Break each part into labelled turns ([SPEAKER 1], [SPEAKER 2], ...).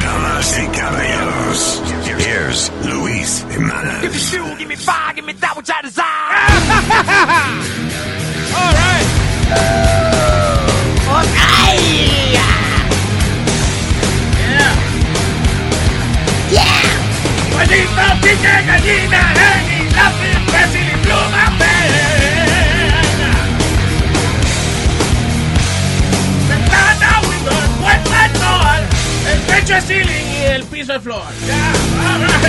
[SPEAKER 1] Damas y caballeros, here's Luis Jimenez.
[SPEAKER 2] Give me fuel, give me fire, give me that which I desire. All right. Oh, Okay. Yeah. Yeah. Bonita chica gallina, eh, y lápiz, pencil y pluma, pena. Ventana, window, puerta, door. El techo es ceiling y el piso es floor. Yeah. All right.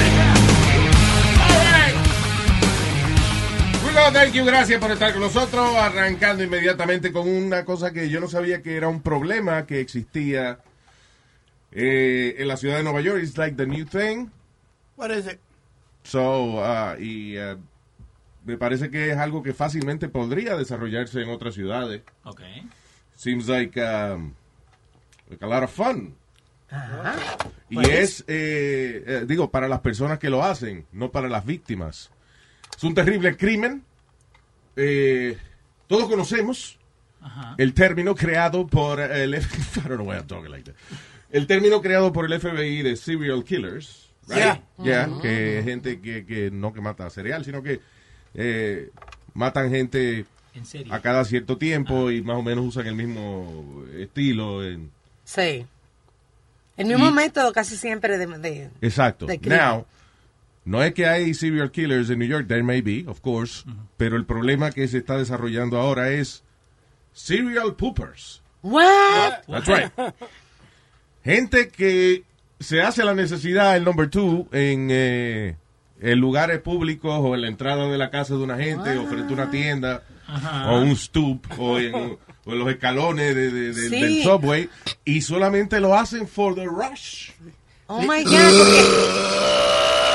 [SPEAKER 2] All right.
[SPEAKER 3] Willow, thank you, gracias por estar con nosotros. Arrancando inmediatamente con una cosa que yo no sabía que era un problema que existía eh, en la ciudad de Nueva York. It's like the new thing.
[SPEAKER 4] What is it?
[SPEAKER 3] So, ah, y ah, me parece que es algo que fácilmente podría desarrollarse en otras ciudades.
[SPEAKER 5] Okay.
[SPEAKER 3] Seems like, um, like a lot of fun. Y
[SPEAKER 5] Pues.
[SPEAKER 3] es, eh, eh, digo, para las personas que lo hacen, no para las víctimas. Es un terrible crimen. Eh, todos conocemos
[SPEAKER 5] Ajá.
[SPEAKER 3] el término creado por el FBI. I don't know why I'm talking like that. El término creado por el FBI de serial killers. Right?
[SPEAKER 4] Yeah.
[SPEAKER 3] Yeah,
[SPEAKER 4] Ujú.
[SPEAKER 3] Que es gente que, que no que mata cereal, sino que eh, matan gente
[SPEAKER 5] En serie.
[SPEAKER 3] a cada cierto tiempo y más o menos usan el mismo estilo. en-
[SPEAKER 6] Sí. El mismo
[SPEAKER 3] Y-
[SPEAKER 6] método casi siempre de... de-
[SPEAKER 3] Exacto.
[SPEAKER 6] de crimen.
[SPEAKER 3] Now, no es que hay serial killers en New York, there may be, of course, pero el problema que se está desarrollando ahora es serial poopers.
[SPEAKER 6] What?
[SPEAKER 3] That's right. Gente que se hace la necesidad, el number two, en, eh, en lugares públicos o en la entrada de la casa de una gente o
[SPEAKER 6] Ah.
[SPEAKER 3] frente a una tienda
[SPEAKER 5] Ajá.
[SPEAKER 3] o un stoop o en, o en los escalones de- de- de-
[SPEAKER 6] Sí.
[SPEAKER 3] del subway y solamente lo hacen for the rush.
[SPEAKER 6] Oh my God. porque-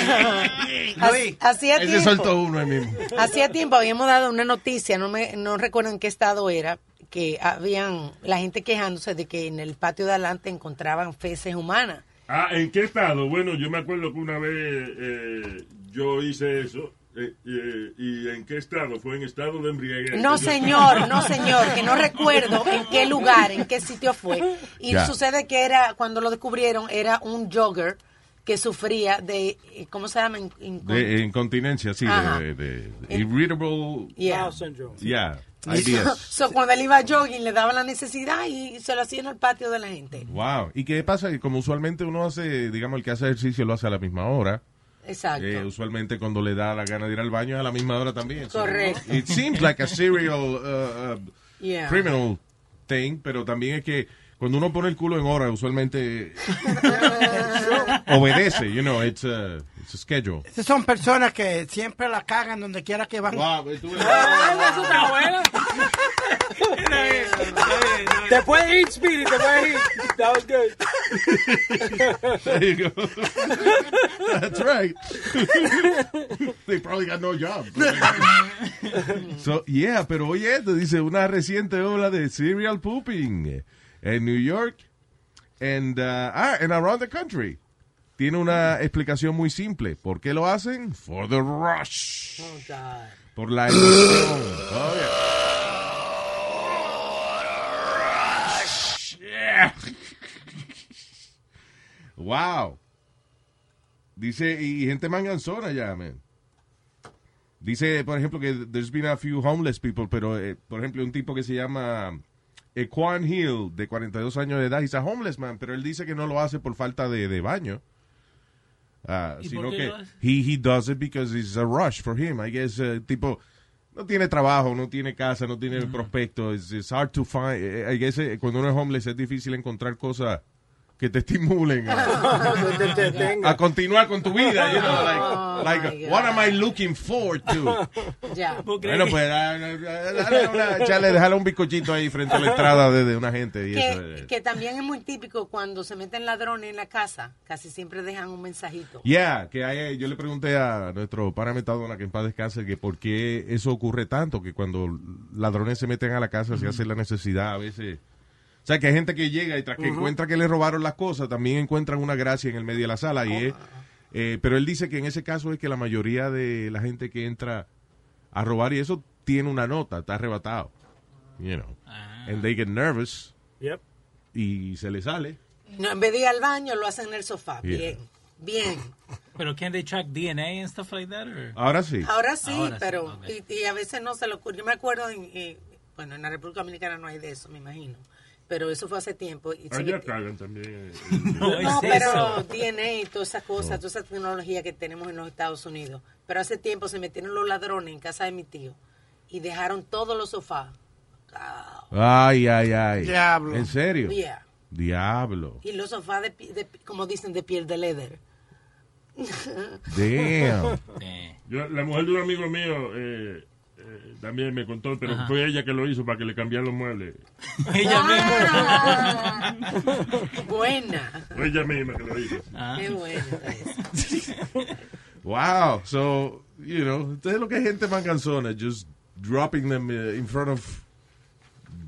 [SPEAKER 4] Luis.
[SPEAKER 6] Ha- Hacía
[SPEAKER 3] Ese soltó
[SPEAKER 6] tiempo,
[SPEAKER 3] uno ahí mismo.
[SPEAKER 6] hacía tiempo habíamos dado una noticia, no, me, no recuerdo en qué estado era, que habían la gente quejándose de que en el patio de adelante encontraban feces humanas.
[SPEAKER 7] Ah, ¿en qué estado? Bueno, yo me acuerdo que una vez eh, yo hice eso. eh, eh, ¿Y en qué estado? ¿Fue en estado de embriaguez?
[SPEAKER 6] No, señor, no, señor, que no recuerdo en qué lugar, en qué sitio fue. Y
[SPEAKER 3] Ya.
[SPEAKER 6] sucede que era, cuando lo descubrieron, era un jogger que sufría de, eh, ¿cómo se llama? In- in-
[SPEAKER 3] De eh, incontinencia, sí,
[SPEAKER 6] Ajá.
[SPEAKER 3] de, de- de irritable,
[SPEAKER 6] Yeah.
[SPEAKER 4] Down syndrome.
[SPEAKER 3] yeah,
[SPEAKER 6] So,
[SPEAKER 3] ideas.
[SPEAKER 6] so cuando él iba a jogging le daba la necesidad y se lo hacía en el patio de la gente.
[SPEAKER 3] Wow. ¿Y qué pasa? Que Como usualmente uno hace, digamos, el que hace ejercicio lo hace a la misma hora.
[SPEAKER 6] Exacto.
[SPEAKER 3] Eh, usualmente cuando le da la gana de ir al baño es a la misma hora también. So,
[SPEAKER 6] Correcto.
[SPEAKER 3] it seems like a serial uh, uh,
[SPEAKER 6] Yeah.
[SPEAKER 3] criminal thing, pero también es que cuando uno pone el culo en hora, usualmente obedece, you know, it's a, it's a schedule.
[SPEAKER 4] Estas son personas que siempre la cagan donde quiera que van.
[SPEAKER 3] Wow, tú-
[SPEAKER 2] Eso está bueno. Está bien, está bien.
[SPEAKER 8] Te puedes ir, Speedy, te puedes ir. That was good.
[SPEAKER 3] There you go. That's right. They probably got no job. so, yeah, pero oye, te dice una reciente ola de serial pooping en New York and, uh, ah, and around the country. Tiene una explicación muy simple. ¿Por qué lo hacen? For the rush.
[SPEAKER 6] Oh, God.
[SPEAKER 3] Por la emoción. Oh, yeah. Wow. Dice, y gente manganzona ya, man. Dice, por ejemplo, que there's been a few homeless people, pero, eh, por ejemplo, un tipo que se llama Equan Hill, eh, de 42 años de edad, es a homeless man, pero él dice que no lo hace por falta de, de baño. Ah,
[SPEAKER 5] ¿Y
[SPEAKER 3] sino
[SPEAKER 5] por qué
[SPEAKER 3] que
[SPEAKER 5] lo hace?
[SPEAKER 3] he, he does it because it's a rush for him. I guess, eh, tipo, no tiene trabajo, no tiene casa, no tiene prospecto. It's, it's hard to find. Eh, I guess, eh, cuando uno es homeless es difícil encontrar cosas que te estimulen a,
[SPEAKER 8] Te- te- tengo.
[SPEAKER 3] a continuar con tu vida. You know, like,
[SPEAKER 6] Oh, my
[SPEAKER 3] like
[SPEAKER 6] God.
[SPEAKER 3] what am I looking forward to?
[SPEAKER 6] Ya.
[SPEAKER 3] Bueno, pues ah, ah, ah, dale una, echarle, dejarle un bizcochito ahí frente a la entrada de, de una gente. Y eso,
[SPEAKER 6] Que,
[SPEAKER 3] eh.
[SPEAKER 6] que también es muy típico cuando se meten ladrones en la casa, casi siempre dejan un mensajito.
[SPEAKER 3] Yeah, que hay- yo le pregunté a nuestro pana Metadona, que en paz descanse, que por qué eso ocurre tanto, que cuando ladrones se meten a la casa se hace la necesidad a veces. O sea, que hay gente que llega y tras que encuentra que le robaron las cosas, también encuentran una gracia en el medio de la sala. Y es- eh, pero él dice que en ese caso es que la mayoría de la gente que entra a robar y eso tiene una nota, está arrebatado. You know. And they get nervous
[SPEAKER 8] Yep.
[SPEAKER 3] y se le sale.
[SPEAKER 6] No, en vez de ir al baño, lo hacen en el sofá.
[SPEAKER 3] Yeah.
[SPEAKER 6] Bien, bien.
[SPEAKER 5] Pero can they track DNA and stuff like that? Or?
[SPEAKER 3] Ahora sí.
[SPEAKER 6] Ahora sí,
[SPEAKER 5] Ahora sí,
[SPEAKER 6] pero
[SPEAKER 5] ok.
[SPEAKER 6] y, y a veces no se lo ocurre. Yo me acuerdo, en, eh, bueno, en la República Dominicana no hay de eso, me imagino. Pero eso fue hace tiempo. y se
[SPEAKER 7] Allá
[SPEAKER 6] metió-
[SPEAKER 7] cagan también.
[SPEAKER 5] No, es
[SPEAKER 6] No, pero
[SPEAKER 5] eso.
[SPEAKER 6] DNA y todas esas cosas, toda esa tecnología que tenemos en los Estados Unidos. Pero hace tiempo se metieron los ladrones en casa de mi tío y dejaron todos los sofás. Ah,
[SPEAKER 3] Ay, ay, ay.
[SPEAKER 4] Diablo.
[SPEAKER 3] ¿En serio?
[SPEAKER 6] yeah.
[SPEAKER 3] Diablo.
[SPEAKER 6] Y los sofás, de, pi- de pi- como dicen, de piel de leather.
[SPEAKER 3] Damn.
[SPEAKER 5] Eh,
[SPEAKER 7] Yo- la mujer de un amigo mío eh, eh, también me contó, pero fue ella que lo hizo para que le cambiaran los muebles.
[SPEAKER 5] Ella misma.
[SPEAKER 6] Ah, buena.
[SPEAKER 7] Fue ella misma que lo hizo.
[SPEAKER 5] Ah,
[SPEAKER 6] Qué buena está eso.
[SPEAKER 3] Wow. So, you know, ustedes lo que es gente manganzona, just dropping them eh, in front of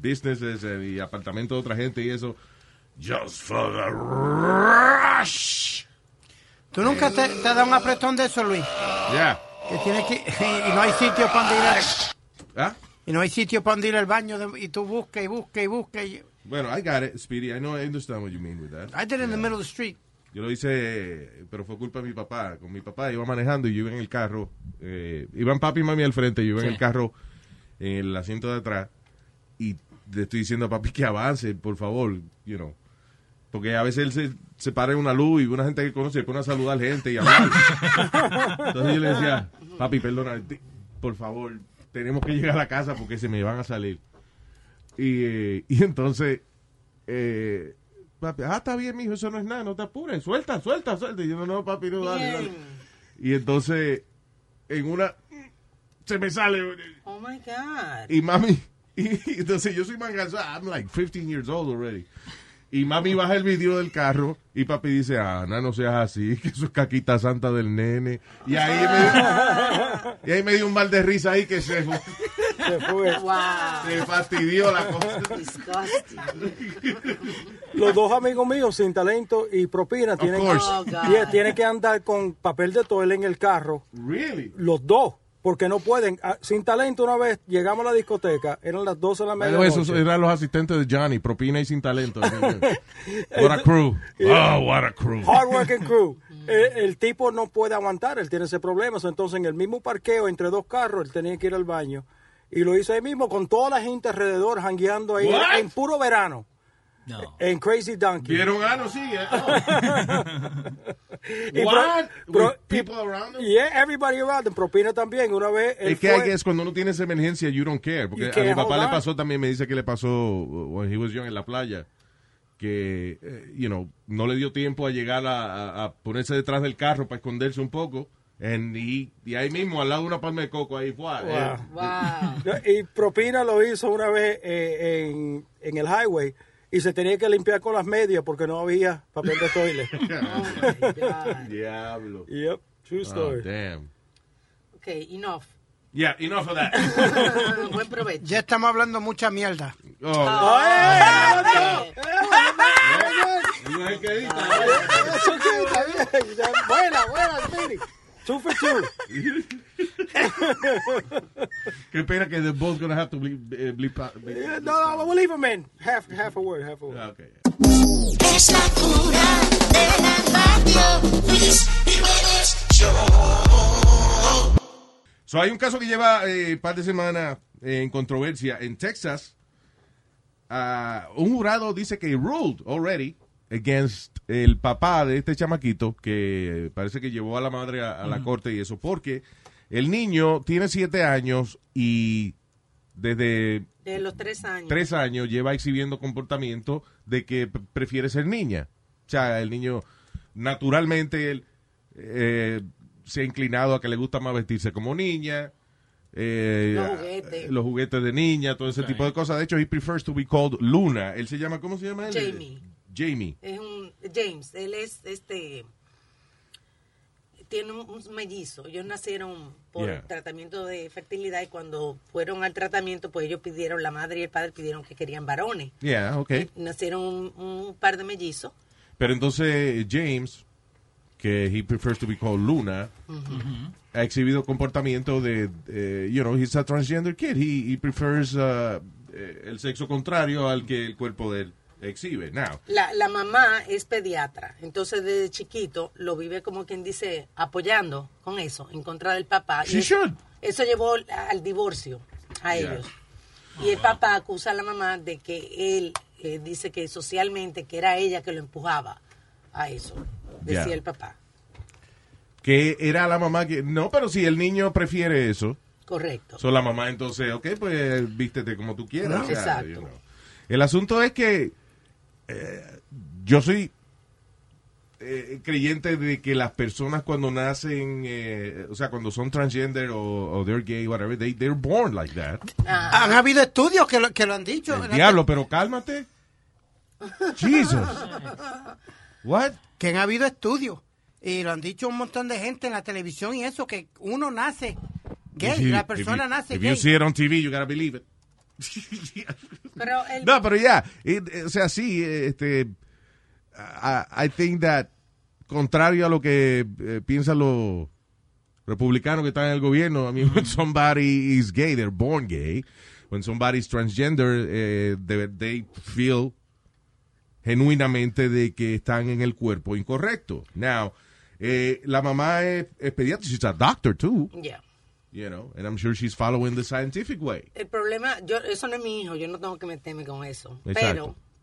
[SPEAKER 3] businesses eh, y apartamentos de otra gente y eso. Just for the rush.
[SPEAKER 4] ¿Tú nunca te, te has dado un apretón de eso, Luis?
[SPEAKER 3] Yeah.
[SPEAKER 4] Que tienes que y, y no hay sitio para donde ir al,
[SPEAKER 3] Ah,
[SPEAKER 4] y no hay sitio para donde ir al baño de- y tú buscas y buscas y buscas. y-
[SPEAKER 3] bueno, I got it, Speedy. I know, I understand what you mean with that.
[SPEAKER 4] I did it in the middle of the street.
[SPEAKER 3] Yo lo hice, eh, pero fue culpa de mi papá. Con mi papá iba manejando y yo iba en el carro. eh, iban papi y mami al frente, yo iba en
[SPEAKER 5] Sí.
[SPEAKER 3] el carro, en el asiento de atrás. Y le estoy diciendo a papi que avance, por favor, you know. Porque a veces él se, se para en una luz y una gente que conoce se pone a saludar gente y hablar. Entonces yo le decía, papi, perdona, te- por favor, tenemos que llegar a la casa porque se me van a salir. Y, eh, y entonces, eh, papi, ah, está bien, mijo, eso no es nada, no te apures, suelta, suelta, suelta. Y yo, no, no, papi, no, dale, dale.
[SPEAKER 6] Bien.
[SPEAKER 3] Y entonces, en una, se me sale,
[SPEAKER 6] Oh my God.
[SPEAKER 3] y mami, y entonces yo soy manganza, I'm like 15 years old already. Y mami baja el video del carro y papi dice, Ana, no seas así, que eso es caquita santa del nene. Y ahí me, y ahí me dio un mal de risa ahí que se,
[SPEAKER 8] Se fue.
[SPEAKER 6] Wow.
[SPEAKER 3] se fastidió la cosa.
[SPEAKER 6] Disgusting.
[SPEAKER 8] Los dos amigos míos sin talento y propina tienen,
[SPEAKER 3] course.
[SPEAKER 6] Oh, God.
[SPEAKER 8] Yeah, tienen que andar con papel de toalla en el carro.
[SPEAKER 3] Really?
[SPEAKER 8] Los dos. Porque no pueden. Ah, Sin talento una vez llegamos a la discoteca. Eran las 12 de la medianoche.
[SPEAKER 3] Esos eran los asistentes de Johnny, propina y sin talento. what a crew. Oh, what a crew.
[SPEAKER 8] Hard working crew. El, el tipo no puede aguantar, él tiene ese problema. So, Entonces, en el mismo parqueo, entre dos carros, él tenía que ir al baño. Y lo hizo ahí mismo con toda la gente alrededor, jangueando ahí
[SPEAKER 3] What?
[SPEAKER 8] en puro verano,
[SPEAKER 5] no.
[SPEAKER 8] en Crazy Donkey.
[SPEAKER 3] ¿Vieron algo? Sí. eh. Oh.
[SPEAKER 8] Y pro-
[SPEAKER 3] What?
[SPEAKER 8] pro-
[SPEAKER 3] With people around them?
[SPEAKER 8] Yeah, everybody around them. Propina también. Una vez eh, él
[SPEAKER 3] Es que hay
[SPEAKER 8] fue-
[SPEAKER 3] que es cuando uno tiene esa emergencia, you don't care. Porque
[SPEAKER 8] You
[SPEAKER 3] a mi
[SPEAKER 8] can't
[SPEAKER 3] papá
[SPEAKER 8] hold
[SPEAKER 3] le
[SPEAKER 8] on.
[SPEAKER 3] pasó también, me dice que le pasó uh, when he was young en la playa, que, eh, you know, no le dio tiempo a llegar a, a- a ponerse detrás del carro para esconderse un poco. And he- y ahí mismo, al lado de una palma de coco, ahí fue. eh,
[SPEAKER 6] Wow.
[SPEAKER 8] No, eh, Y propina lo hizo una vez eh, en, en el highway y se tenía que limpiar con las medias porque no había papel de toile.
[SPEAKER 6] Oh my God.
[SPEAKER 3] Diablo.
[SPEAKER 8] yep, true
[SPEAKER 3] Oh,
[SPEAKER 8] story.
[SPEAKER 3] damn.
[SPEAKER 6] Okay, enough.
[SPEAKER 3] Yeah, enough of that.
[SPEAKER 6] Buen provecho.
[SPEAKER 4] Ya estamos hablando mucha mierda.
[SPEAKER 3] Oh,
[SPEAKER 6] Ay,
[SPEAKER 3] no es que diga.
[SPEAKER 8] Eso sí, está bien. Ya, Buena, buena, Speedy. Two for two.
[SPEAKER 3] Qué pena que they're both gonna have to bleep, eh, bleep out-
[SPEAKER 8] Yeah, No, no, we'll leave him in. Half, half a word, half a word.
[SPEAKER 3] Ah, okay.
[SPEAKER 9] Es la cura de la radio, Luis Jiménez Show.
[SPEAKER 3] So, hay un caso que lleva eh, par de semanas eh, en controversia en Texas. ah, un jurado dice que ruled already against el papá de este chamaquito que parece que llevó a la madre a, a la corte y eso porque el niño tiene siete años y desde
[SPEAKER 6] De los tres años.
[SPEAKER 3] tres años lleva exhibiendo comportamiento de que p- prefiere ser niña. O sea, el niño naturalmente él, eh, se ha inclinado a que le gusta más vestirse como niña. eh,
[SPEAKER 9] Los juguetes.
[SPEAKER 3] los juguetes de niña, todo ese tipo de cosas. De hecho, he prefers to be called Luna. Él se llama, ¿cómo se llama él?
[SPEAKER 6] Jamie.
[SPEAKER 3] Jamie.
[SPEAKER 6] Es un James, él es este tiene un, un mellizo. Ellos nacieron por
[SPEAKER 3] Yeah.
[SPEAKER 6] tratamiento de fertilidad y cuando fueron al tratamiento, pues ellos pidieron la madre y el padre pidieron que querían varones.
[SPEAKER 3] Yeah,
[SPEAKER 9] Este,
[SPEAKER 3] ok.
[SPEAKER 6] Nacieron un, un par de mellizos.
[SPEAKER 3] Pero entonces James, que he prefers to be called Luna, ha exhibido comportamiento de, eh, you know, he's a transgender kid. He, he prefers uh, eh, el sexo contrario al que el cuerpo de él exhibe. Now,
[SPEAKER 6] La, la mamá es pediatra, entonces desde chiquito lo vive como quien dice apoyando con eso, en contra del papá.
[SPEAKER 3] She
[SPEAKER 6] Y eso,
[SPEAKER 3] should.
[SPEAKER 6] eso llevó al divorcio a
[SPEAKER 3] Yeah.
[SPEAKER 6] ellos.
[SPEAKER 3] Ah,
[SPEAKER 6] Y el papá acusa a la mamá de que él eh, dice que socialmente que era ella que lo empujaba a eso, decía
[SPEAKER 3] Yeah.
[SPEAKER 6] el papá.
[SPEAKER 3] que era la mamá que, no, pero si el niño prefiere eso,
[SPEAKER 6] Correcto.
[SPEAKER 3] so la mamá entonces, ok, pues vístete como tú quieras.
[SPEAKER 6] No,
[SPEAKER 3] o sea,
[SPEAKER 6] exacto.
[SPEAKER 3] you know. El asunto es que eh, yo soy eh, creyente de que las personas cuando nacen, eh, o sea, cuando son transgender o, o they're gay, whatever, they, they're born like that.
[SPEAKER 4] Han habido estudios que lo, que lo han dicho.
[SPEAKER 3] El diablo, pero cálmate. Jesus. What?
[SPEAKER 4] Que han habido estudios. Y lo han dicho un montón de gente en la televisión y eso, que uno nace gay,
[SPEAKER 3] If you-
[SPEAKER 4] la persona
[SPEAKER 3] if you-
[SPEAKER 4] nace
[SPEAKER 3] If
[SPEAKER 4] gay.
[SPEAKER 3] you see it on TV, you gotta believe it.
[SPEAKER 6] Pero el-
[SPEAKER 3] No, pero ya, it- eh, o sea, sí, eh, este, I, I think that, contrario a lo que eh, piensan los republicanos que están en el gobierno, I mean, when somebody is gay, they're born gay. When somebody is transgender, eh, they, they feel genuinamente de que están en el cuerpo incorrecto. Now, eh, la mamá es, es pediatra, she's a doctor too,
[SPEAKER 6] Yeah.
[SPEAKER 3] you know, and I'm sure she's following the scientific way.
[SPEAKER 6] El problema, yo, eso no es mi hijo, yo no tengo que meterme con eso.
[SPEAKER 3] Exacto.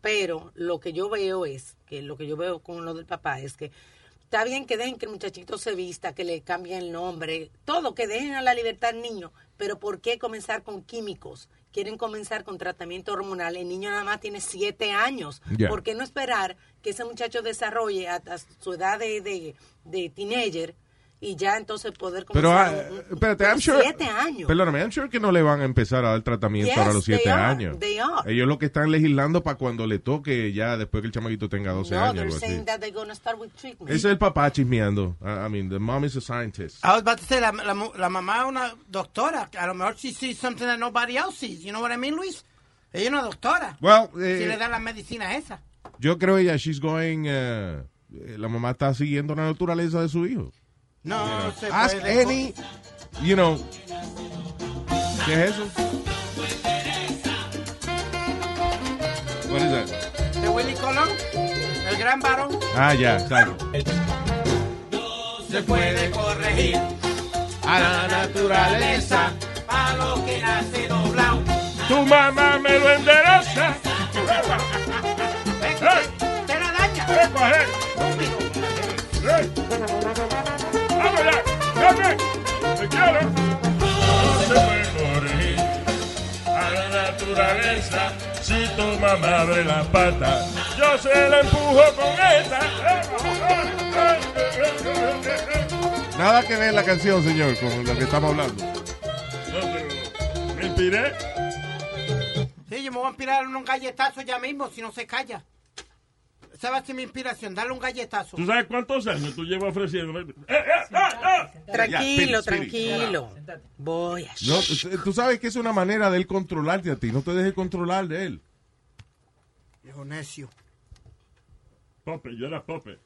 [SPEAKER 6] Pero, pero lo que yo veo es, que lo que yo veo con lo del papá es que está bien que dejen que el muchachito se vista, que le cambien el nombre, todo, que dejen a la libertad al niño, pero ¿por qué comenzar con químicos? Quieren comenzar con tratamiento hormonal, el niño nada más tiene siete años.
[SPEAKER 9] Ya.
[SPEAKER 6] ¿Por qué no esperar que ese muchacho desarrolle a, a su edad de, de, de teenager y ya entonces poder
[SPEAKER 3] Pero,
[SPEAKER 6] comenzar?
[SPEAKER 3] ah,
[SPEAKER 6] un- un-
[SPEAKER 3] espérate,
[SPEAKER 6] pero
[SPEAKER 3] I'm sure.
[SPEAKER 6] Siete años.
[SPEAKER 3] Perdóname, I'm sure que no le van a empezar a dar tratamiento
[SPEAKER 6] Yes,
[SPEAKER 3] ahora a los siete
[SPEAKER 6] they are,
[SPEAKER 3] años.
[SPEAKER 6] they are.
[SPEAKER 3] Ellos lo que están legislando para cuando le toque ya después que el chamaquito tenga 12
[SPEAKER 6] No,
[SPEAKER 3] años.
[SPEAKER 6] they're
[SPEAKER 3] algo así.
[SPEAKER 6] saying that they're gonna start with treatment.
[SPEAKER 3] Ese es el papá chismeando. I I mean, the mom is a scientist.
[SPEAKER 4] I was about to say, Ah, la, la, mu- la mamá es una doctora. A lo mejor she sees something that nobody else sees. You know what I mean, Luis? Ella es una doctora.
[SPEAKER 3] Well,
[SPEAKER 4] si
[SPEAKER 3] eh,
[SPEAKER 4] le dan las medicinas esas.
[SPEAKER 3] Yo creo ella, she's going. eh, eh, la mamá está siguiendo la naturaleza de su hijo.
[SPEAKER 4] No, no se
[SPEAKER 3] Ask
[SPEAKER 4] puede.
[SPEAKER 3] any, you know. ¿Qué es eso? What is that?
[SPEAKER 4] De Willy Colón, el gran varón.
[SPEAKER 3] Ah, ya, exacto.
[SPEAKER 4] Se puede corregir
[SPEAKER 3] a la
[SPEAKER 9] naturaleza,
[SPEAKER 4] a lo que nace doblado.
[SPEAKER 3] Tu mamá me lo endereza.
[SPEAKER 4] ¡Te la daña!
[SPEAKER 9] ¡Te quiero! No se puede corregir a la naturaleza si tu mamá abre la pata. Yo se la empujo con esta.
[SPEAKER 3] Nada que ver la canción, señor, con lo que estamos hablando.
[SPEAKER 7] Me inspiré.
[SPEAKER 4] Sí, yo me voy a inspirar en un galletazo ya mismo si no se calla. Esa va a ser mi inspiración, darle un galletazo.
[SPEAKER 7] ¿Tú sabes cuántos años tú llevas ofreciendo? Eh,
[SPEAKER 6] Tranquilo,
[SPEAKER 7] Ya, Spirit, Spirit.
[SPEAKER 6] tranquilo. Voy a...
[SPEAKER 3] No, t- tú sabes que es una manera de él controlarte a ti. No te dejes controlar de él.
[SPEAKER 4] Viejo necio.
[SPEAKER 7] Pope, yo era Pope.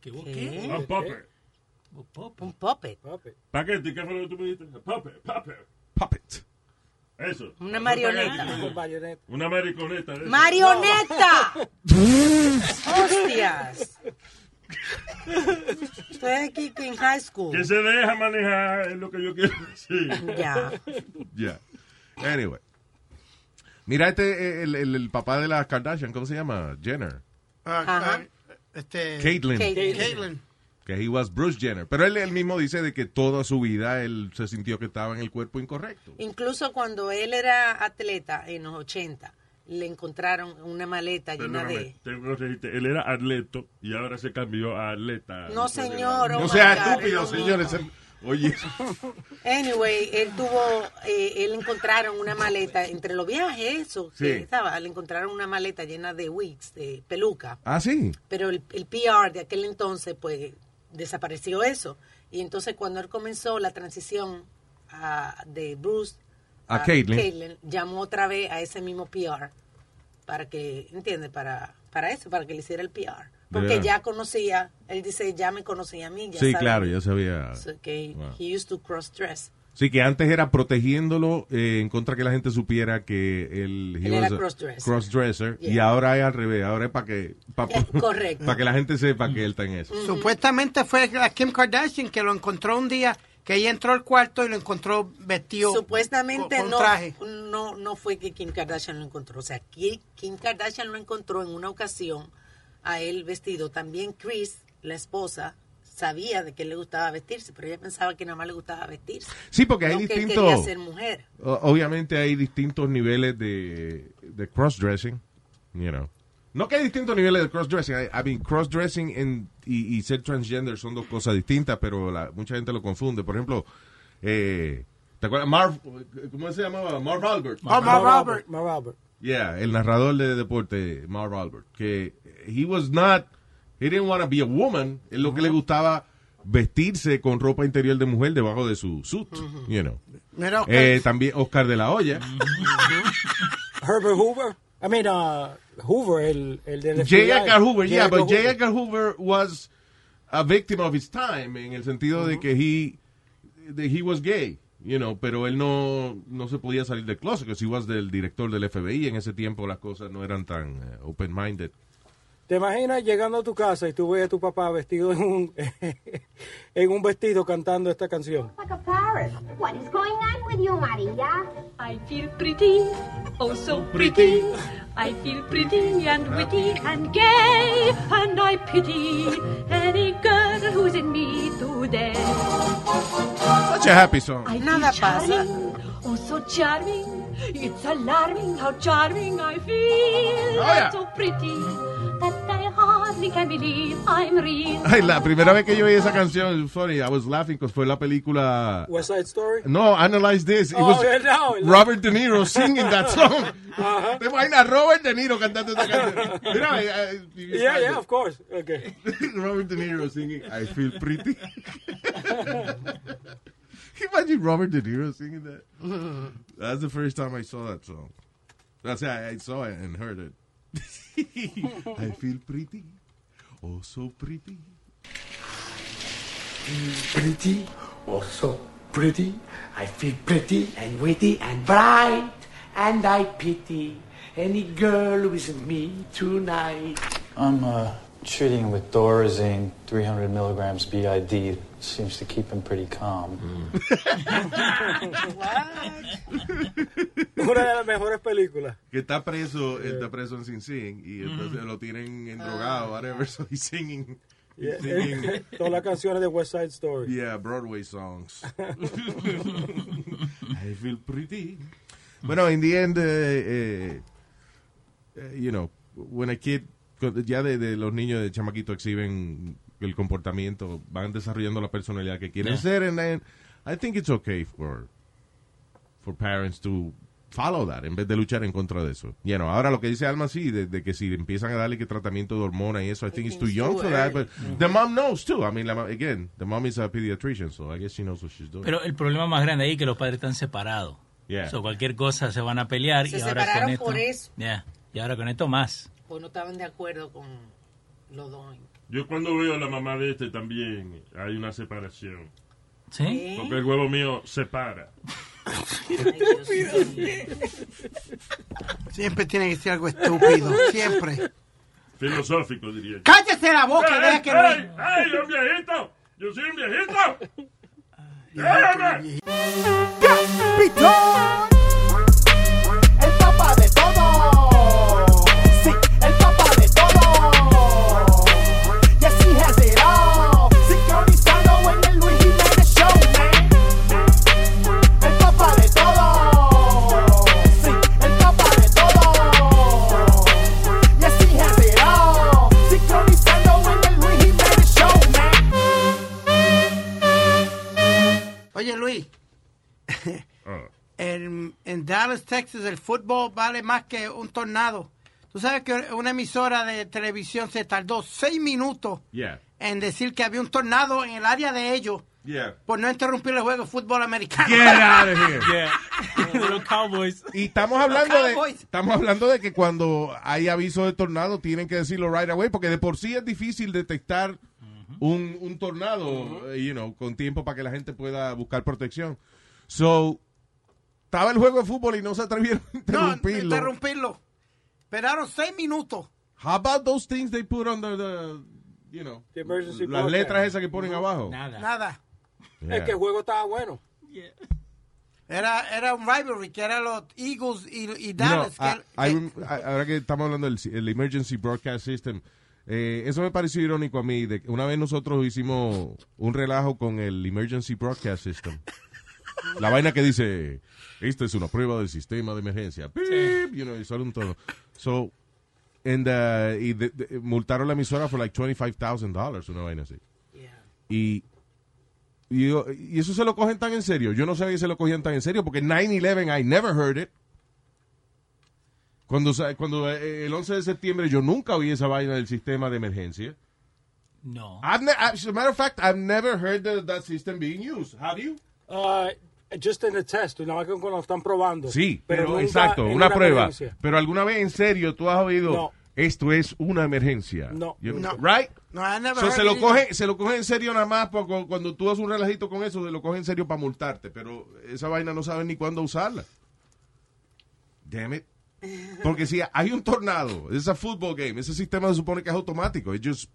[SPEAKER 5] ¿Qué?
[SPEAKER 6] ¿Qué?
[SPEAKER 7] Un Pope.
[SPEAKER 6] Un puppet.
[SPEAKER 7] Paquete, ¿qué fue lo que tú me dijiste? Pope, Pope.
[SPEAKER 3] Puppet.
[SPEAKER 7] Eso.
[SPEAKER 6] Una marioneta.
[SPEAKER 7] Un paquete. Una mariconeta. de eso.
[SPEAKER 6] ¡Marioneta! ¡Hostias! Estoy aquí en high school.
[SPEAKER 7] Que se deja manejar, es lo que yo quiero decir.
[SPEAKER 6] Ya.
[SPEAKER 3] Ya. Anyway. Mira, este, eh, el, el- el papá de la Kardashian, ¿cómo se llama? Jenner.
[SPEAKER 4] Ah,
[SPEAKER 6] Ajá.
[SPEAKER 4] ah, este...
[SPEAKER 6] Eh,
[SPEAKER 3] Caitlyn.
[SPEAKER 4] Caitlyn.
[SPEAKER 3] Caitlyn.
[SPEAKER 4] Caitlyn.
[SPEAKER 3] Que he was Bruce Jenner. Pero él, él mismo dice de que toda su vida él se sintió que estaba en el cuerpo incorrecto.
[SPEAKER 6] Incluso cuando él era atleta en los 80, le encontraron una maleta llena
[SPEAKER 7] Perdóname,
[SPEAKER 6] de...
[SPEAKER 7] tengo que corregirte. Él era atleto y ahora se cambió a atleta.
[SPEAKER 6] No, señor, oh
[SPEAKER 7] No
[SPEAKER 6] my
[SPEAKER 7] sea
[SPEAKER 6] God,
[SPEAKER 7] estúpido,
[SPEAKER 6] no.
[SPEAKER 7] señores. Oye.
[SPEAKER 6] Anyway, él tuvo, eh, él encontraron una maleta, entre los viajes, eso, que
[SPEAKER 3] Sí.
[SPEAKER 6] estaba, le encontraron una maleta llena de wigs, de peluca.
[SPEAKER 3] Ah, sí.
[SPEAKER 6] Pero el, el PR de aquel entonces, pues, desapareció eso. Y entonces cuando él comenzó la transición a- de Bruce
[SPEAKER 3] A Caitlyn.
[SPEAKER 6] llamó otra vez a ese mismo PR para que, ¿entiende? Para, para eso, para que le hiciera el PR. Porque
[SPEAKER 3] Yeah.
[SPEAKER 6] ya conocía, él dice, ya me conocía a mí. Ya
[SPEAKER 3] Sí,
[SPEAKER 6] sabe
[SPEAKER 3] claro, ya sabía.
[SPEAKER 6] So, que
[SPEAKER 3] Wow.
[SPEAKER 6] he used to cross dress.
[SPEAKER 3] Sí, que antes era protegiéndolo eh, en contra que la gente supiera que él, he
[SPEAKER 6] Él era
[SPEAKER 3] was a
[SPEAKER 6] crossdresser.
[SPEAKER 3] crossdresser, y
[SPEAKER 6] Yeah.
[SPEAKER 3] ahora es al revés, ahora es para que pa-
[SPEAKER 6] correcto. Mm.
[SPEAKER 3] pa' que la gente sepa que él está en eso.
[SPEAKER 4] Supuestamente fue la Kim Kardashian que lo encontró un día, que ella entró al cuarto y lo encontró vestido.
[SPEAKER 6] Supuestamente
[SPEAKER 4] con- con
[SPEAKER 6] no,
[SPEAKER 4] traje.
[SPEAKER 6] no no fue que Kim Kardashian lo encontró. O sea, Ki- Kim Kardashian lo encontró en una ocasión a él vestido. También Chris, la esposa, sabía de que le gustaba vestirse, pero ella pensaba que nada más le gustaba vestirse.
[SPEAKER 3] Sí, porque hay
[SPEAKER 6] no que él
[SPEAKER 3] distintos-
[SPEAKER 6] quería ser mujer.
[SPEAKER 3] O- obviamente hay distintos niveles de, de crossdressing, you know. No que hay distintos niveles de crossdressing, I, I mean, crossdressing en- y, y ser transgender son dos cosas distintas, pero la- mucha gente lo confunde. Por ejemplo, eh, ¿te acuerdas? Marv, ¿cómo se llamaba? Marv Albert.
[SPEAKER 8] Oh, Marv Albert. Marv Albert.
[SPEAKER 3] Yeah, el narrador de deporte, Marv Albert, que he was not, he didn't want to be a woman, es lo que le gustaba vestirse con ropa interior de mujer debajo de su suit, you know.
[SPEAKER 4] Mira, Oscar.
[SPEAKER 3] Eh, también Oscar de la Hoya,
[SPEAKER 8] Herbert Hoover. I mean, uh, Hoover, el, el del FBI.
[SPEAKER 3] J. Edgar Hoover, yeah,
[SPEAKER 8] Edgar
[SPEAKER 3] but J. Edgar Hoover was a victim of his time, en el sentido de que he, de he was gay, you know, pero él no, no se podía salir del closet, because he was del director del FBI, en ese tiempo las cosas no eran tan eh, open-minded.
[SPEAKER 8] ¿Te imaginas llegando a tu casa y tú ves a tu papá vestido en un, en un vestido cantando esta canción?
[SPEAKER 10] like a parrot. What is going on with you, Maria? I feel pretty, oh so pretty. I feel pretty and witty and gay, and I pity any girl who's in me today.
[SPEAKER 3] Such a happy song.
[SPEAKER 10] I
[SPEAKER 6] Nada
[SPEAKER 10] feel charming, oh so charming. It's alarming how charming I feel.
[SPEAKER 3] Oh, yeah.
[SPEAKER 10] So pretty that I hardly can believe I'm real.
[SPEAKER 3] Ay, la primera vez que yo oí esa canción, sorry, I was laughing because fue la película.
[SPEAKER 8] West Side Story.
[SPEAKER 3] No, analyze this. It
[SPEAKER 8] Oh,
[SPEAKER 3] was
[SPEAKER 8] no, no.
[SPEAKER 3] Robert De Niro singing that song. ¿Te imaginas Robert De Niro cantando esa canción? Mira, eh, eh, you
[SPEAKER 8] Yeah,
[SPEAKER 3] find
[SPEAKER 8] yeah,
[SPEAKER 3] it.
[SPEAKER 8] of course. Okay.
[SPEAKER 3] Robert De Niro singing I Feel Pretty. Imagine Robert De Niro singing that. That's the first time I saw that song. That's I, I saw it and heard it. I feel pretty. Oh, so pretty.
[SPEAKER 11] Pretty, oh so pretty. I feel pretty and witty and bright, and I pity any girl who isn't me tonight.
[SPEAKER 12] I'm uh, treating with Dorazine 300 milligrams BID. Seems to keep him pretty calm.
[SPEAKER 8] Una de las mejores películas.
[SPEAKER 3] que está preso, él está preso en Sin Sin y entonces lo tienen en drogado, whatever, so he's singing,
[SPEAKER 8] Yeah.
[SPEAKER 3] he's singing,
[SPEAKER 8] Todas las canciones de West Side Story.
[SPEAKER 3] yeah, Broadway songs. I feel pretty. Bueno, in the end, eh, eh, eh, you know, when a kid, cuando- ya de, de los niños de chamaquito exhiben el comportamiento, van desarrollando la personalidad que quieren
[SPEAKER 13] Yeah.
[SPEAKER 3] ser, and then I think it's okay for for parents to follow that en vez de luchar en contra de eso. You know, ahora lo que dice Alma sí, de, de que si empiezan a darle que tratamiento de hormona y eso, I think it's too young
[SPEAKER 5] too
[SPEAKER 3] for that,
[SPEAKER 5] early.
[SPEAKER 3] but the mom knows too. I mean, la ma- again, the mom is a pediatrician, so I guess she knows what she's doing.
[SPEAKER 5] Pero el problema más grande ahí es que los padres están separados.
[SPEAKER 3] Yeah.
[SPEAKER 5] So, cualquier cosa se van a pelear
[SPEAKER 6] Se
[SPEAKER 5] y ahora
[SPEAKER 6] separaron
[SPEAKER 5] con
[SPEAKER 6] por eso.
[SPEAKER 5] esto. Yeah. Y ahora con esto más.
[SPEAKER 6] Pues no estaban de acuerdo con los dos.
[SPEAKER 7] Yo cuando veo a la mamá de este también hay una separación.
[SPEAKER 5] ¿Sí?
[SPEAKER 7] Porque el huevo mío separa.
[SPEAKER 4] Siempre tiene que ser algo estúpido, siempre.
[SPEAKER 7] Filosófico, diría yo.
[SPEAKER 4] ¡Cállese la boca!
[SPEAKER 7] ¡Ey,
[SPEAKER 4] deja que
[SPEAKER 7] ey,
[SPEAKER 4] Luis-
[SPEAKER 7] ey, un viejito! ¡Yo soy un viejito!
[SPEAKER 4] Ah,
[SPEAKER 7] ¡Déjame!
[SPEAKER 14] El papá de todo. Sí, el papá de todo. Yes, he has it all. Sincronizado en el Luis Jiménez Show, man. El papá de todo. Sí, el papá de todo.
[SPEAKER 3] Oh,
[SPEAKER 4] Dallas, Texas, el fútbol vale más que un tornado. Tú sabes que una emisora de televisión se tardó seis minutos
[SPEAKER 7] Yeah.
[SPEAKER 4] en decir que había un tornado en el área de ellos
[SPEAKER 7] Yeah.
[SPEAKER 4] por no interrumpir el juego de fútbol americano.
[SPEAKER 3] Get out of here.
[SPEAKER 5] Los Cowboys.
[SPEAKER 3] Y estamos hablando
[SPEAKER 4] Los
[SPEAKER 3] de
[SPEAKER 4] Cowboys.
[SPEAKER 3] estamos hablando de que cuando hay aviso de tornado tienen que decirlo right away porque de por sí es difícil detectar un, un tornado, eh, you know, con tiempo para que la gente pueda buscar protección. So estaba el juego de fútbol y no se atrevieron a interrumpirlo.
[SPEAKER 4] Interrumpirlo. Esperaron seis minutos.
[SPEAKER 3] How about those things they put on the, the, you know,
[SPEAKER 8] The emergency
[SPEAKER 3] las
[SPEAKER 8] broadcast.
[SPEAKER 3] letras esas que ponen abajo?
[SPEAKER 4] Nada.
[SPEAKER 3] Yeah.
[SPEAKER 8] Es que el juego estaba bueno.
[SPEAKER 4] Era, era un rivalry que eran los Eagles y, y
[SPEAKER 3] You know,
[SPEAKER 4] Dallas. que- eh,
[SPEAKER 3] ah, hay un- ah, ahora que estamos hablando del si- el Emergency Broadcast System, eh, eso me pareció irónico a mí. De que una vez nosotros hicimos un relajo con el Emergency Broadcast System. La vaina que dice, esta es una prueba del sistema de emergencia. Pip, you know, y sale un tono. So, and, uh, y de- de- multaron la emisora por like $25,000, una vaina así. Y, y, yo- y eso se lo cogen tan en serio. Yo no sabía que se lo cogían tan en serio porque 9-11, I never heard it. Cuando, sa- cuando eh, el 11 de septiembre yo nunca oí esa vaina del sistema de emergencia.
[SPEAKER 5] No.
[SPEAKER 3] I've ne- as a matter of fact, I've never heard that, that system being used. How do you?
[SPEAKER 8] Uh, just in the test, nada más que cuando están probando.
[SPEAKER 3] Sí, pero,
[SPEAKER 8] nunca
[SPEAKER 3] exacto,
[SPEAKER 8] en
[SPEAKER 3] una, prueba.
[SPEAKER 8] emergencia.
[SPEAKER 3] Pero alguna vez en serio tú has oído,
[SPEAKER 8] No.
[SPEAKER 3] esto es una emergencia.
[SPEAKER 8] No.
[SPEAKER 3] You-
[SPEAKER 8] No.
[SPEAKER 3] Right?
[SPEAKER 4] No, I never
[SPEAKER 3] So,
[SPEAKER 4] heard
[SPEAKER 3] se,
[SPEAKER 4] it
[SPEAKER 3] lo
[SPEAKER 4] either.
[SPEAKER 3] coge, se lo coge en serio nada más porque cu- cuando tú haces un relajito con eso, se lo coge en serio para multarte. Pero esa vaina no saben ni cuándo usarla. Damn it. Porque si hay un tornado, es a football game, ese sistema se supone que es automático. It just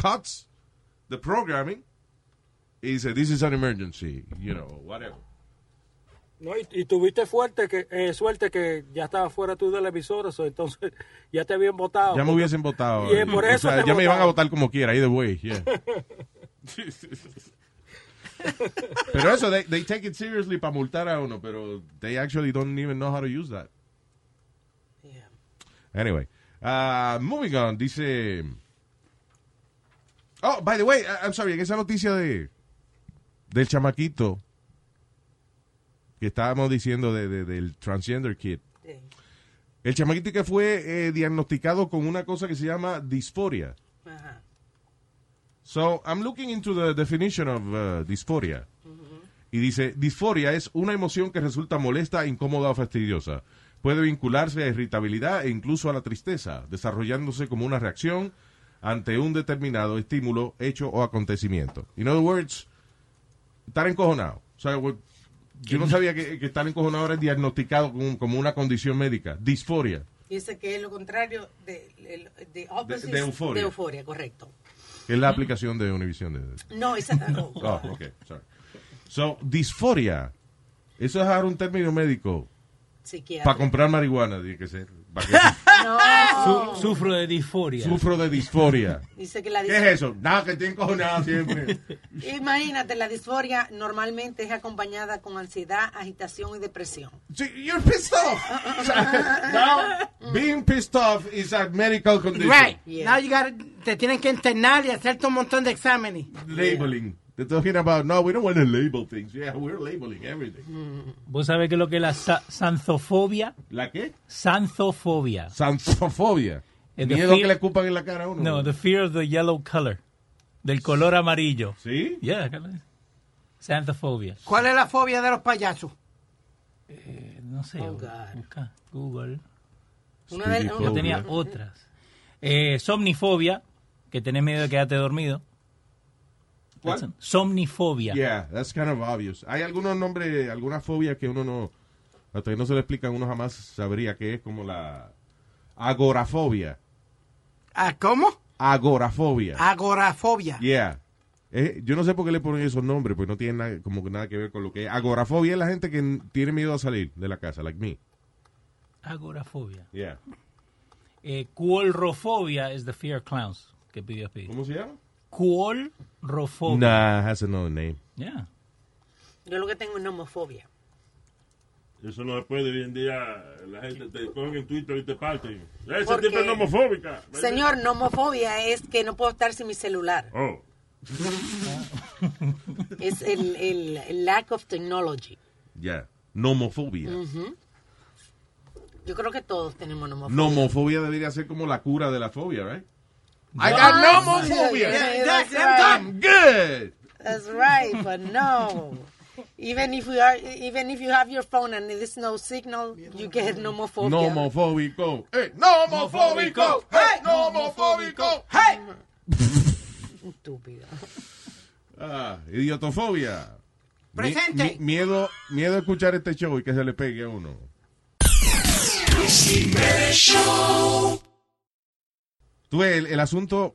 [SPEAKER 3] cuts the programming y dice, this is an emergency, you know, whatever.
[SPEAKER 8] No, y, y tuviste fuerte que, eh, suerte que ya estaba fuera tú de la emisora, so, entonces ya te habían votado.
[SPEAKER 3] Ya me hubiesen votado. eh.
[SPEAKER 8] Y es por
[SPEAKER 3] O
[SPEAKER 8] eso
[SPEAKER 3] sea,
[SPEAKER 8] te
[SPEAKER 3] ya me iban a
[SPEAKER 8] votaron.
[SPEAKER 3] votar como quiera, either way. yeah. Pero eso, they, they take it seriously para multar a uno, pero they actually don't even know how to use that. Anyway, uh, moving on, dice... Oh, by the way, I- I'm sorry, en esa noticia de del chamaquito que estábamos diciendo de, de- del transgender kid. El chamaquito que fue eh, diagnosticado con una cosa que se llama disforia.
[SPEAKER 6] Ajá.
[SPEAKER 3] So, I'm looking into the definition of uh, dysphoria. Y dice, disforia es una emoción que resulta molesta, incómoda o fastidiosa. Puede vincularse a irritabilidad e incluso a la tristeza, desarrollándose como una reacción ante un determinado estímulo, hecho o acontecimiento. In other words, estar encojonado. O sea, we- yo no sabía que, que estar encojonado era diagnosticado con- como una condición médica. Disforia.
[SPEAKER 6] Dice que es lo contrario de, el- de, opposite
[SPEAKER 3] de euforia.
[SPEAKER 6] de euforia, correcto.
[SPEAKER 3] que es la aplicación de Univision. de-
[SPEAKER 6] No, esa no.
[SPEAKER 3] Oh, okay, sorry. So, disforia. Eso es ahora un término médico.
[SPEAKER 6] Psiquiatra.
[SPEAKER 3] Para comprar marihuana, tiene que ser. Pa' que-
[SPEAKER 6] No.
[SPEAKER 5] Su- sufro de disforia.
[SPEAKER 3] Sufro de disforia.
[SPEAKER 6] Dice que la
[SPEAKER 3] ¿Qué es eso? Nada, que estoy encojonado siempre.
[SPEAKER 6] Imagínate, la disforia normalmente es acompañada con ansiedad, agitación y depresión.
[SPEAKER 3] You're pissed off. Now, being pissed off is a medical condition.
[SPEAKER 4] Right. Now you gotta- te tienen que internar y hacerte un montón de exámenes.
[SPEAKER 3] Labeling. They're talking about, no, we don't want to label things. Yeah, we're labeling everything.
[SPEAKER 5] ¿Vos sabés qué es lo que es la sa- sanzofobia?
[SPEAKER 3] ¿La qué?
[SPEAKER 5] Sanzofobia.
[SPEAKER 3] Sansofobia.
[SPEAKER 5] Eh, the
[SPEAKER 3] Miedo
[SPEAKER 5] fear-
[SPEAKER 3] que le escupan en la cara a uno.
[SPEAKER 5] No, the fear of the yellow color. Del color amarillo.
[SPEAKER 3] ¿Sí?
[SPEAKER 5] Yeah. Carlos. Sanzofobia.
[SPEAKER 4] ¿Cuál es la fobia de los payasos?
[SPEAKER 5] Eh, no sé.
[SPEAKER 6] Oh, God.
[SPEAKER 5] Busca Google.
[SPEAKER 6] Una de- Spiritifobia.
[SPEAKER 5] Yo tenía otras. Eh, somnifobia, que tenés miedo de quedarte dormido.
[SPEAKER 3] ¿Cuál?
[SPEAKER 5] Somnifobia.
[SPEAKER 3] Yeah, that's kind of obvious. Hay algunos nombres, algunas fobias que uno no, hasta que no se lo explican, uno jamás sabría que es como la agorafobia.
[SPEAKER 4] ¿Ah, cómo?
[SPEAKER 3] Agorafobia.
[SPEAKER 4] Ah. Agorafobia.
[SPEAKER 3] Yeah. Eh, yo no sé por qué le ponen esos nombres, pues no tiene nada, como que nada que ver con lo que es. Agorafobia es la gente que n- tiene miedo a salir de la casa, like me.
[SPEAKER 5] Agorafobia.
[SPEAKER 3] Yeah.
[SPEAKER 5] Eh, cuolrofobia is the fear of clowns, que pidió Speedy.
[SPEAKER 3] ¿Cómo se llama?
[SPEAKER 5] Cuolrofobia.
[SPEAKER 3] Nah, has another name.
[SPEAKER 5] Yeah.
[SPEAKER 6] Yo lo que tengo es nomofobia.
[SPEAKER 7] Eso no se puede hoy en día. La gente te cogen en Twitter y te parten. Ese
[SPEAKER 6] Porque-
[SPEAKER 7] tipo es homofóbica.
[SPEAKER 6] Señor, nomofobia es que no puedo estar sin mi celular.
[SPEAKER 7] Oh.
[SPEAKER 6] Es el, el- el lack of technology.
[SPEAKER 3] Yeah. Nomofobia.
[SPEAKER 6] Ujú. Yo creo que todos tenemos nomofobia.
[SPEAKER 3] Nomofobia debería ser como la cura de la fobia, right? I
[SPEAKER 6] What?
[SPEAKER 3] got nomophobia.
[SPEAKER 6] Yeah, that's
[SPEAKER 3] I'm good.
[SPEAKER 6] That's right, but no. Even if we are, even if you have your phone and there's no signal, you get nomophobia.
[SPEAKER 3] Nomofóbico.
[SPEAKER 6] Hey,
[SPEAKER 3] nomofóbico.
[SPEAKER 6] Hey, nomofóbico.
[SPEAKER 14] Hey.
[SPEAKER 6] Estúpido.
[SPEAKER 3] Ah, idiotofobia. Mi-
[SPEAKER 14] Presente.
[SPEAKER 3] mi- miedo, miedo a escuchar este show y que se le pegue a uno. Tú ves, el, el asunto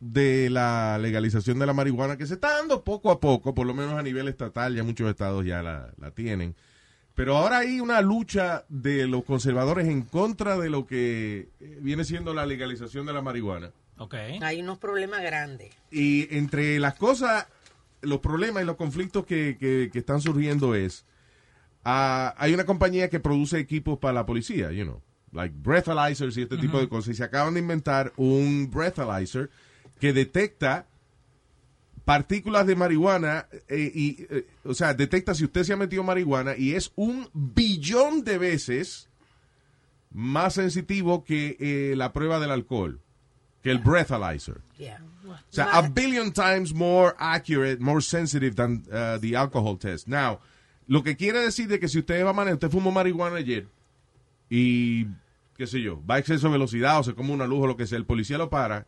[SPEAKER 3] de la legalización de la marihuana que se está dando poco a poco, por lo menos a nivel estatal, ya muchos estados ya la, la tienen. Pero ahora hay una lucha de los conservadores en contra de lo que eh, viene siendo la legalización de la marihuana.
[SPEAKER 6] Hay unos problemas grandes.
[SPEAKER 3] Y entre las cosas, los problemas y los conflictos que, que- que están surgiendo es, ah, hay una compañía que produce equipos para la policía, you know, like breathalyzers y este tipo de cosas. Y se acaban de inventar un breathalyzer que detecta partículas de marihuana eh, y, eh, o sea, detecta si usted se ha metido marihuana y es un billón de veces más sensitivo que eh, la prueba del alcohol, que el breathalyzer.
[SPEAKER 6] Yeah.
[SPEAKER 3] O sea, a billion times more accurate, more sensitive than uh, the alcohol test. Now, lo que quiere decir de que si usted va a manejar, usted fumó marihuana ayer y, qué sé yo, va a exceso de velocidad o se come una luz o lo que sea, el policía lo para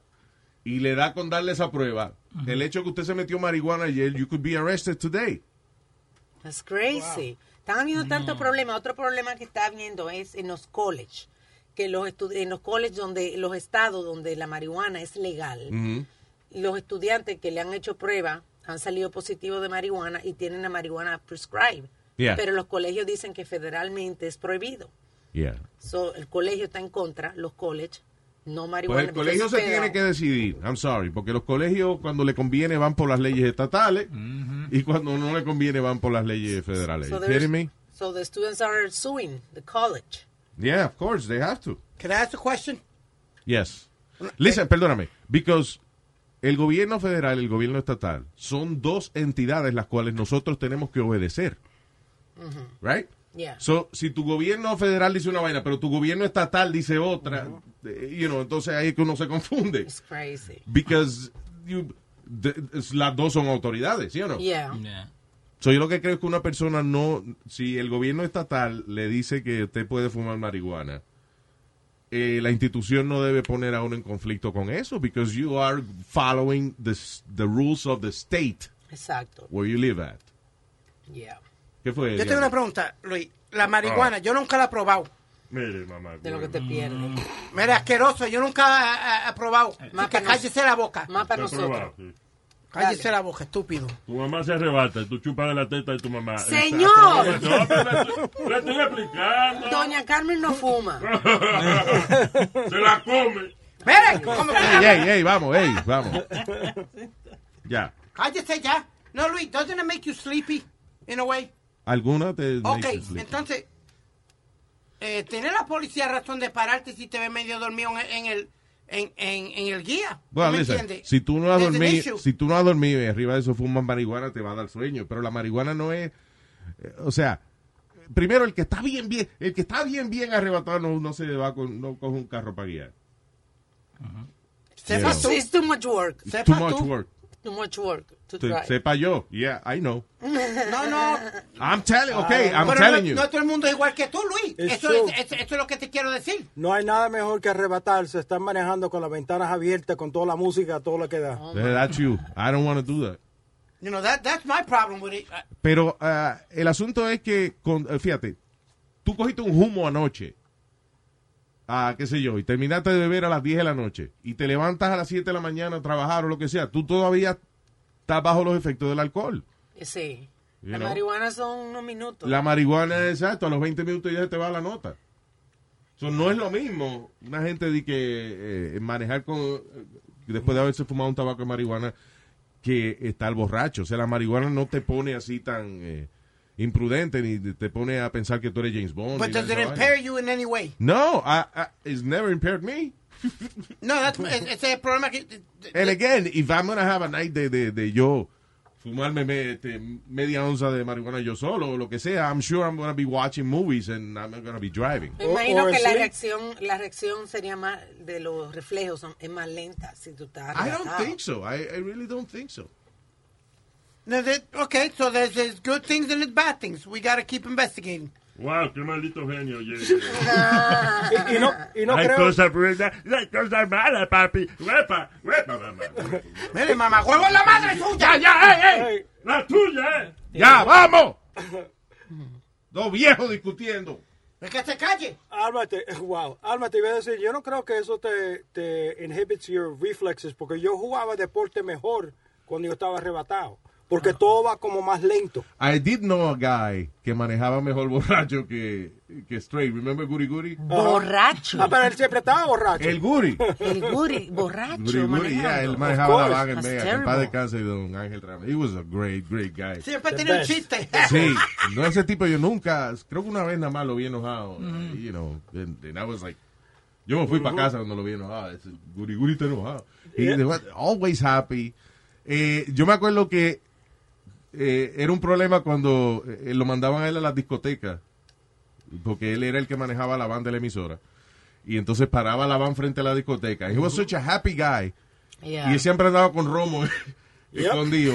[SPEAKER 3] y le da con darle esa prueba. El hecho de que usted se metió marihuana ayer, you could be arrested today.
[SPEAKER 6] That's crazy. Están habiendo tantos problemas. Otro problema que está habiendo es en los college, que los estu- en los college donde los estados donde la marihuana es legal, los estudiantes que le han hecho prueba han salido positivos de marihuana y tienen la marihuana prescribed.
[SPEAKER 3] Yeah.
[SPEAKER 6] Pero los colegios dicen que federalmente es prohibido.
[SPEAKER 3] Yeah.
[SPEAKER 6] So, el colegio está en contra, los college, no
[SPEAKER 3] Pues
[SPEAKER 6] marihuana.
[SPEAKER 3] el colegio se
[SPEAKER 6] Entonces,
[SPEAKER 3] tiene
[SPEAKER 6] federal.
[SPEAKER 3] que decidir, I'm sorry, porque los colegios cuando le conviene van por las leyes estatales y cuando no le conviene van por las leyes federales.
[SPEAKER 6] So
[SPEAKER 3] You
[SPEAKER 6] there's-
[SPEAKER 3] kidding me?
[SPEAKER 6] So the students are suing the college.
[SPEAKER 3] Yeah, of course, they have to. eh,
[SPEAKER 4] Can I ask a question?
[SPEAKER 3] Yes. Listen, perdóname, because el gobierno federal y el gobierno estatal son dos entidades las cuales nosotros tenemos que obedecer, right?
[SPEAKER 14] Yeah.
[SPEAKER 3] So, si tu gobierno federal dice una vaina, pero tu gobierno estatal dice otra, eh, you know, entonces ahí es que uno se confunde.
[SPEAKER 6] Crazy.
[SPEAKER 3] Because you- de- es- las dos son autoridades, ¿sí o no?
[SPEAKER 6] Yeah.
[SPEAKER 3] So, yo lo que creo es que una persona no, si el gobierno estatal le dice que usted puede fumar marihuana, eh, la institución no debe poner a uno en conflicto con eso, because you are following the, s- the rules of the state
[SPEAKER 6] Exacto.
[SPEAKER 3] where you live at.
[SPEAKER 6] Yeah.
[SPEAKER 3] ¿Qué fue?
[SPEAKER 4] Yo tengo
[SPEAKER 3] Diana?
[SPEAKER 4] una pregunta, Luis. La marihuana, yo nunca la he probado.
[SPEAKER 7] Mire, mamá.
[SPEAKER 4] De lo que
[SPEAKER 6] te pierdes.
[SPEAKER 7] mm,
[SPEAKER 4] Mira, asqueroso, yo nunca he- he probado. Así que cállese la boca. Más
[SPEAKER 7] para Está nosotros. probado, sí.
[SPEAKER 4] Cállese la boca, estúpido.
[SPEAKER 7] Tu mamá se arrebata, tú chupas de la teta de tu mamá.
[SPEAKER 6] ¡Señor!
[SPEAKER 7] Exacto. No, pero la estoy- la estoy explicando.
[SPEAKER 6] Doña Carmen no fuma.
[SPEAKER 7] Se la come.
[SPEAKER 4] Mire, ¿cómo que-
[SPEAKER 3] Ey, ey, ey, vamos, ey, vamos. Ya.
[SPEAKER 4] Cállese ya. No, Luis, doesn't it make you sleepy in a way?
[SPEAKER 3] ¿Alguna te...
[SPEAKER 4] Ok,
[SPEAKER 3] makes you sleepy?
[SPEAKER 4] entonces, eh, ¿tiene la policía razón de pararte si te ve medio dormido en, en el, en, en- en el guía?
[SPEAKER 3] Bueno,
[SPEAKER 4] ¿Me
[SPEAKER 3] listen,
[SPEAKER 4] entiendes?
[SPEAKER 3] si tú no has
[SPEAKER 4] There's an
[SPEAKER 3] dormido,
[SPEAKER 4] issue.
[SPEAKER 3] si tú no has dormido y arriba de eso fumas marihuana, te va a dar sueño. Pero la marihuana no es, eh, o sea, primero el que está bien, bien, el que está bien, bien arrebatado no, no se va con, no coge un carro para guiar.
[SPEAKER 6] Sepa tú. It's too much work.
[SPEAKER 3] It's too much work.
[SPEAKER 6] Too much work to
[SPEAKER 3] Te-
[SPEAKER 6] drive.
[SPEAKER 3] Sepa yo, yeah, I know.
[SPEAKER 4] No, no.
[SPEAKER 3] I'm telling, okay, I'm
[SPEAKER 4] Ah, Pero
[SPEAKER 3] telling
[SPEAKER 4] no,
[SPEAKER 3] you.
[SPEAKER 4] no todo el mundo es igual que tú, Luis.
[SPEAKER 8] It's
[SPEAKER 4] Eso
[SPEAKER 8] true.
[SPEAKER 4] es, eso- eso es lo que te quiero decir.
[SPEAKER 8] No hay nada mejor que arrebatarse. Están manejando con las ventanas abiertas, con toda la música, todo lo que da.
[SPEAKER 3] That's you. I don't want to do that.
[SPEAKER 4] You know, that, that's my problem with it.
[SPEAKER 3] Pero ah, el asunto es que, con, eh, fíjate, tú cogiste un humo anoche, ah, qué sé yo, y terminaste de beber a las 10 de la noche, y te levantas a las 7 de la mañana a trabajar o lo que sea, tú todavía estás bajo los efectos del alcohol.
[SPEAKER 6] Sí.
[SPEAKER 3] You
[SPEAKER 6] la
[SPEAKER 3] know.
[SPEAKER 6] marihuana son unos minutos.
[SPEAKER 3] La marihuana, exacto, a los 20 minutos ya se te va la nota. Eso no es lo mismo una gente de que eh, manejar con eh, después de haberse fumado un tabaco de marihuana que estar borracho. O sea, la marihuana no te pone así tan eh, imprudente ni te pone a pensar que tú eres James Bond.
[SPEAKER 4] But
[SPEAKER 3] ni nada
[SPEAKER 4] does
[SPEAKER 3] de
[SPEAKER 4] it
[SPEAKER 3] esa vaina.
[SPEAKER 4] impair you in any way?
[SPEAKER 3] No, I- I- it's never impaired me.
[SPEAKER 4] No, that's, ese es el problema que...
[SPEAKER 3] And again, if I'm gonna have a night de, de, de yo fumarme me- este, media onza de marihuana yo solo o lo que sea, I'm sure I'm gonna be watching movies and I'm gonna be driving.
[SPEAKER 6] Me imagino que la
[SPEAKER 3] asleep.
[SPEAKER 6] reacción, la reacción sería más de los reflejos, son- es más lenta si tú estás.
[SPEAKER 3] I don't
[SPEAKER 6] relajado.
[SPEAKER 3] think so. I, I really don't think so.
[SPEAKER 4] No, that- okay, so there's, there's good things and there's bad things. We gotta keep investigating.
[SPEAKER 7] Wow, qué maldito genio, Jerry.
[SPEAKER 4] Y- y no- y no
[SPEAKER 7] Hay
[SPEAKER 4] creo-
[SPEAKER 7] cosas buenas, y hay cosas malas, papi. Huepa, huepa, mamá.
[SPEAKER 4] Mire, mamá, huevo la madre suya.
[SPEAKER 7] ya, eh, eh. La tuya, eh.
[SPEAKER 3] ¡Ya, vamos! Dos viejos discutiendo.
[SPEAKER 4] Es que se calle.
[SPEAKER 8] Álmate, eh, wow. Álmate, iba a decir, yo no creo que eso te, te inhibits your reflexes, porque yo jugaba deporte mejor cuando yo estaba arrebatado, porque todo va como más lento.
[SPEAKER 3] I did know a guy que manejaba mejor borracho que, que straight. Remember Guri Guri?
[SPEAKER 6] Oh. Borracho.
[SPEAKER 8] Ah, pero él siempre estaba borracho.
[SPEAKER 3] El Guri.
[SPEAKER 6] El guri, borracho.
[SPEAKER 3] Guri Guri,
[SPEAKER 6] manejando.
[SPEAKER 3] yeah, él
[SPEAKER 6] Of
[SPEAKER 3] manejaba
[SPEAKER 6] course.
[SPEAKER 3] la vaga en
[SPEAKER 6] That's
[SPEAKER 3] Vega. Que en
[SPEAKER 6] terrible.
[SPEAKER 3] paz descanse de don Ángel Ramos. He was a great, great guy.
[SPEAKER 4] Siempre
[SPEAKER 3] The
[SPEAKER 4] tiene un
[SPEAKER 3] best.
[SPEAKER 4] chiste.
[SPEAKER 3] Sí, no ese tipo yo nunca, creo que una vez nada más lo vi enojado,
[SPEAKER 4] Mm.
[SPEAKER 3] you know, and, and I was like, yo me fui para casa cuando lo vi enojado, ese guri guri está enojado. He
[SPEAKER 9] Yeah.
[SPEAKER 3] was always happy. Eh, yo me acuerdo que eh, era un problema cuando eh, lo mandaban a él a las discotecas, porque él era el que manejaba la van de la emisora, y entonces paraba la van frente a la discoteca. He was such a happy guy,
[SPEAKER 6] Yeah.
[SPEAKER 3] y él siempre andaba con romo escondido.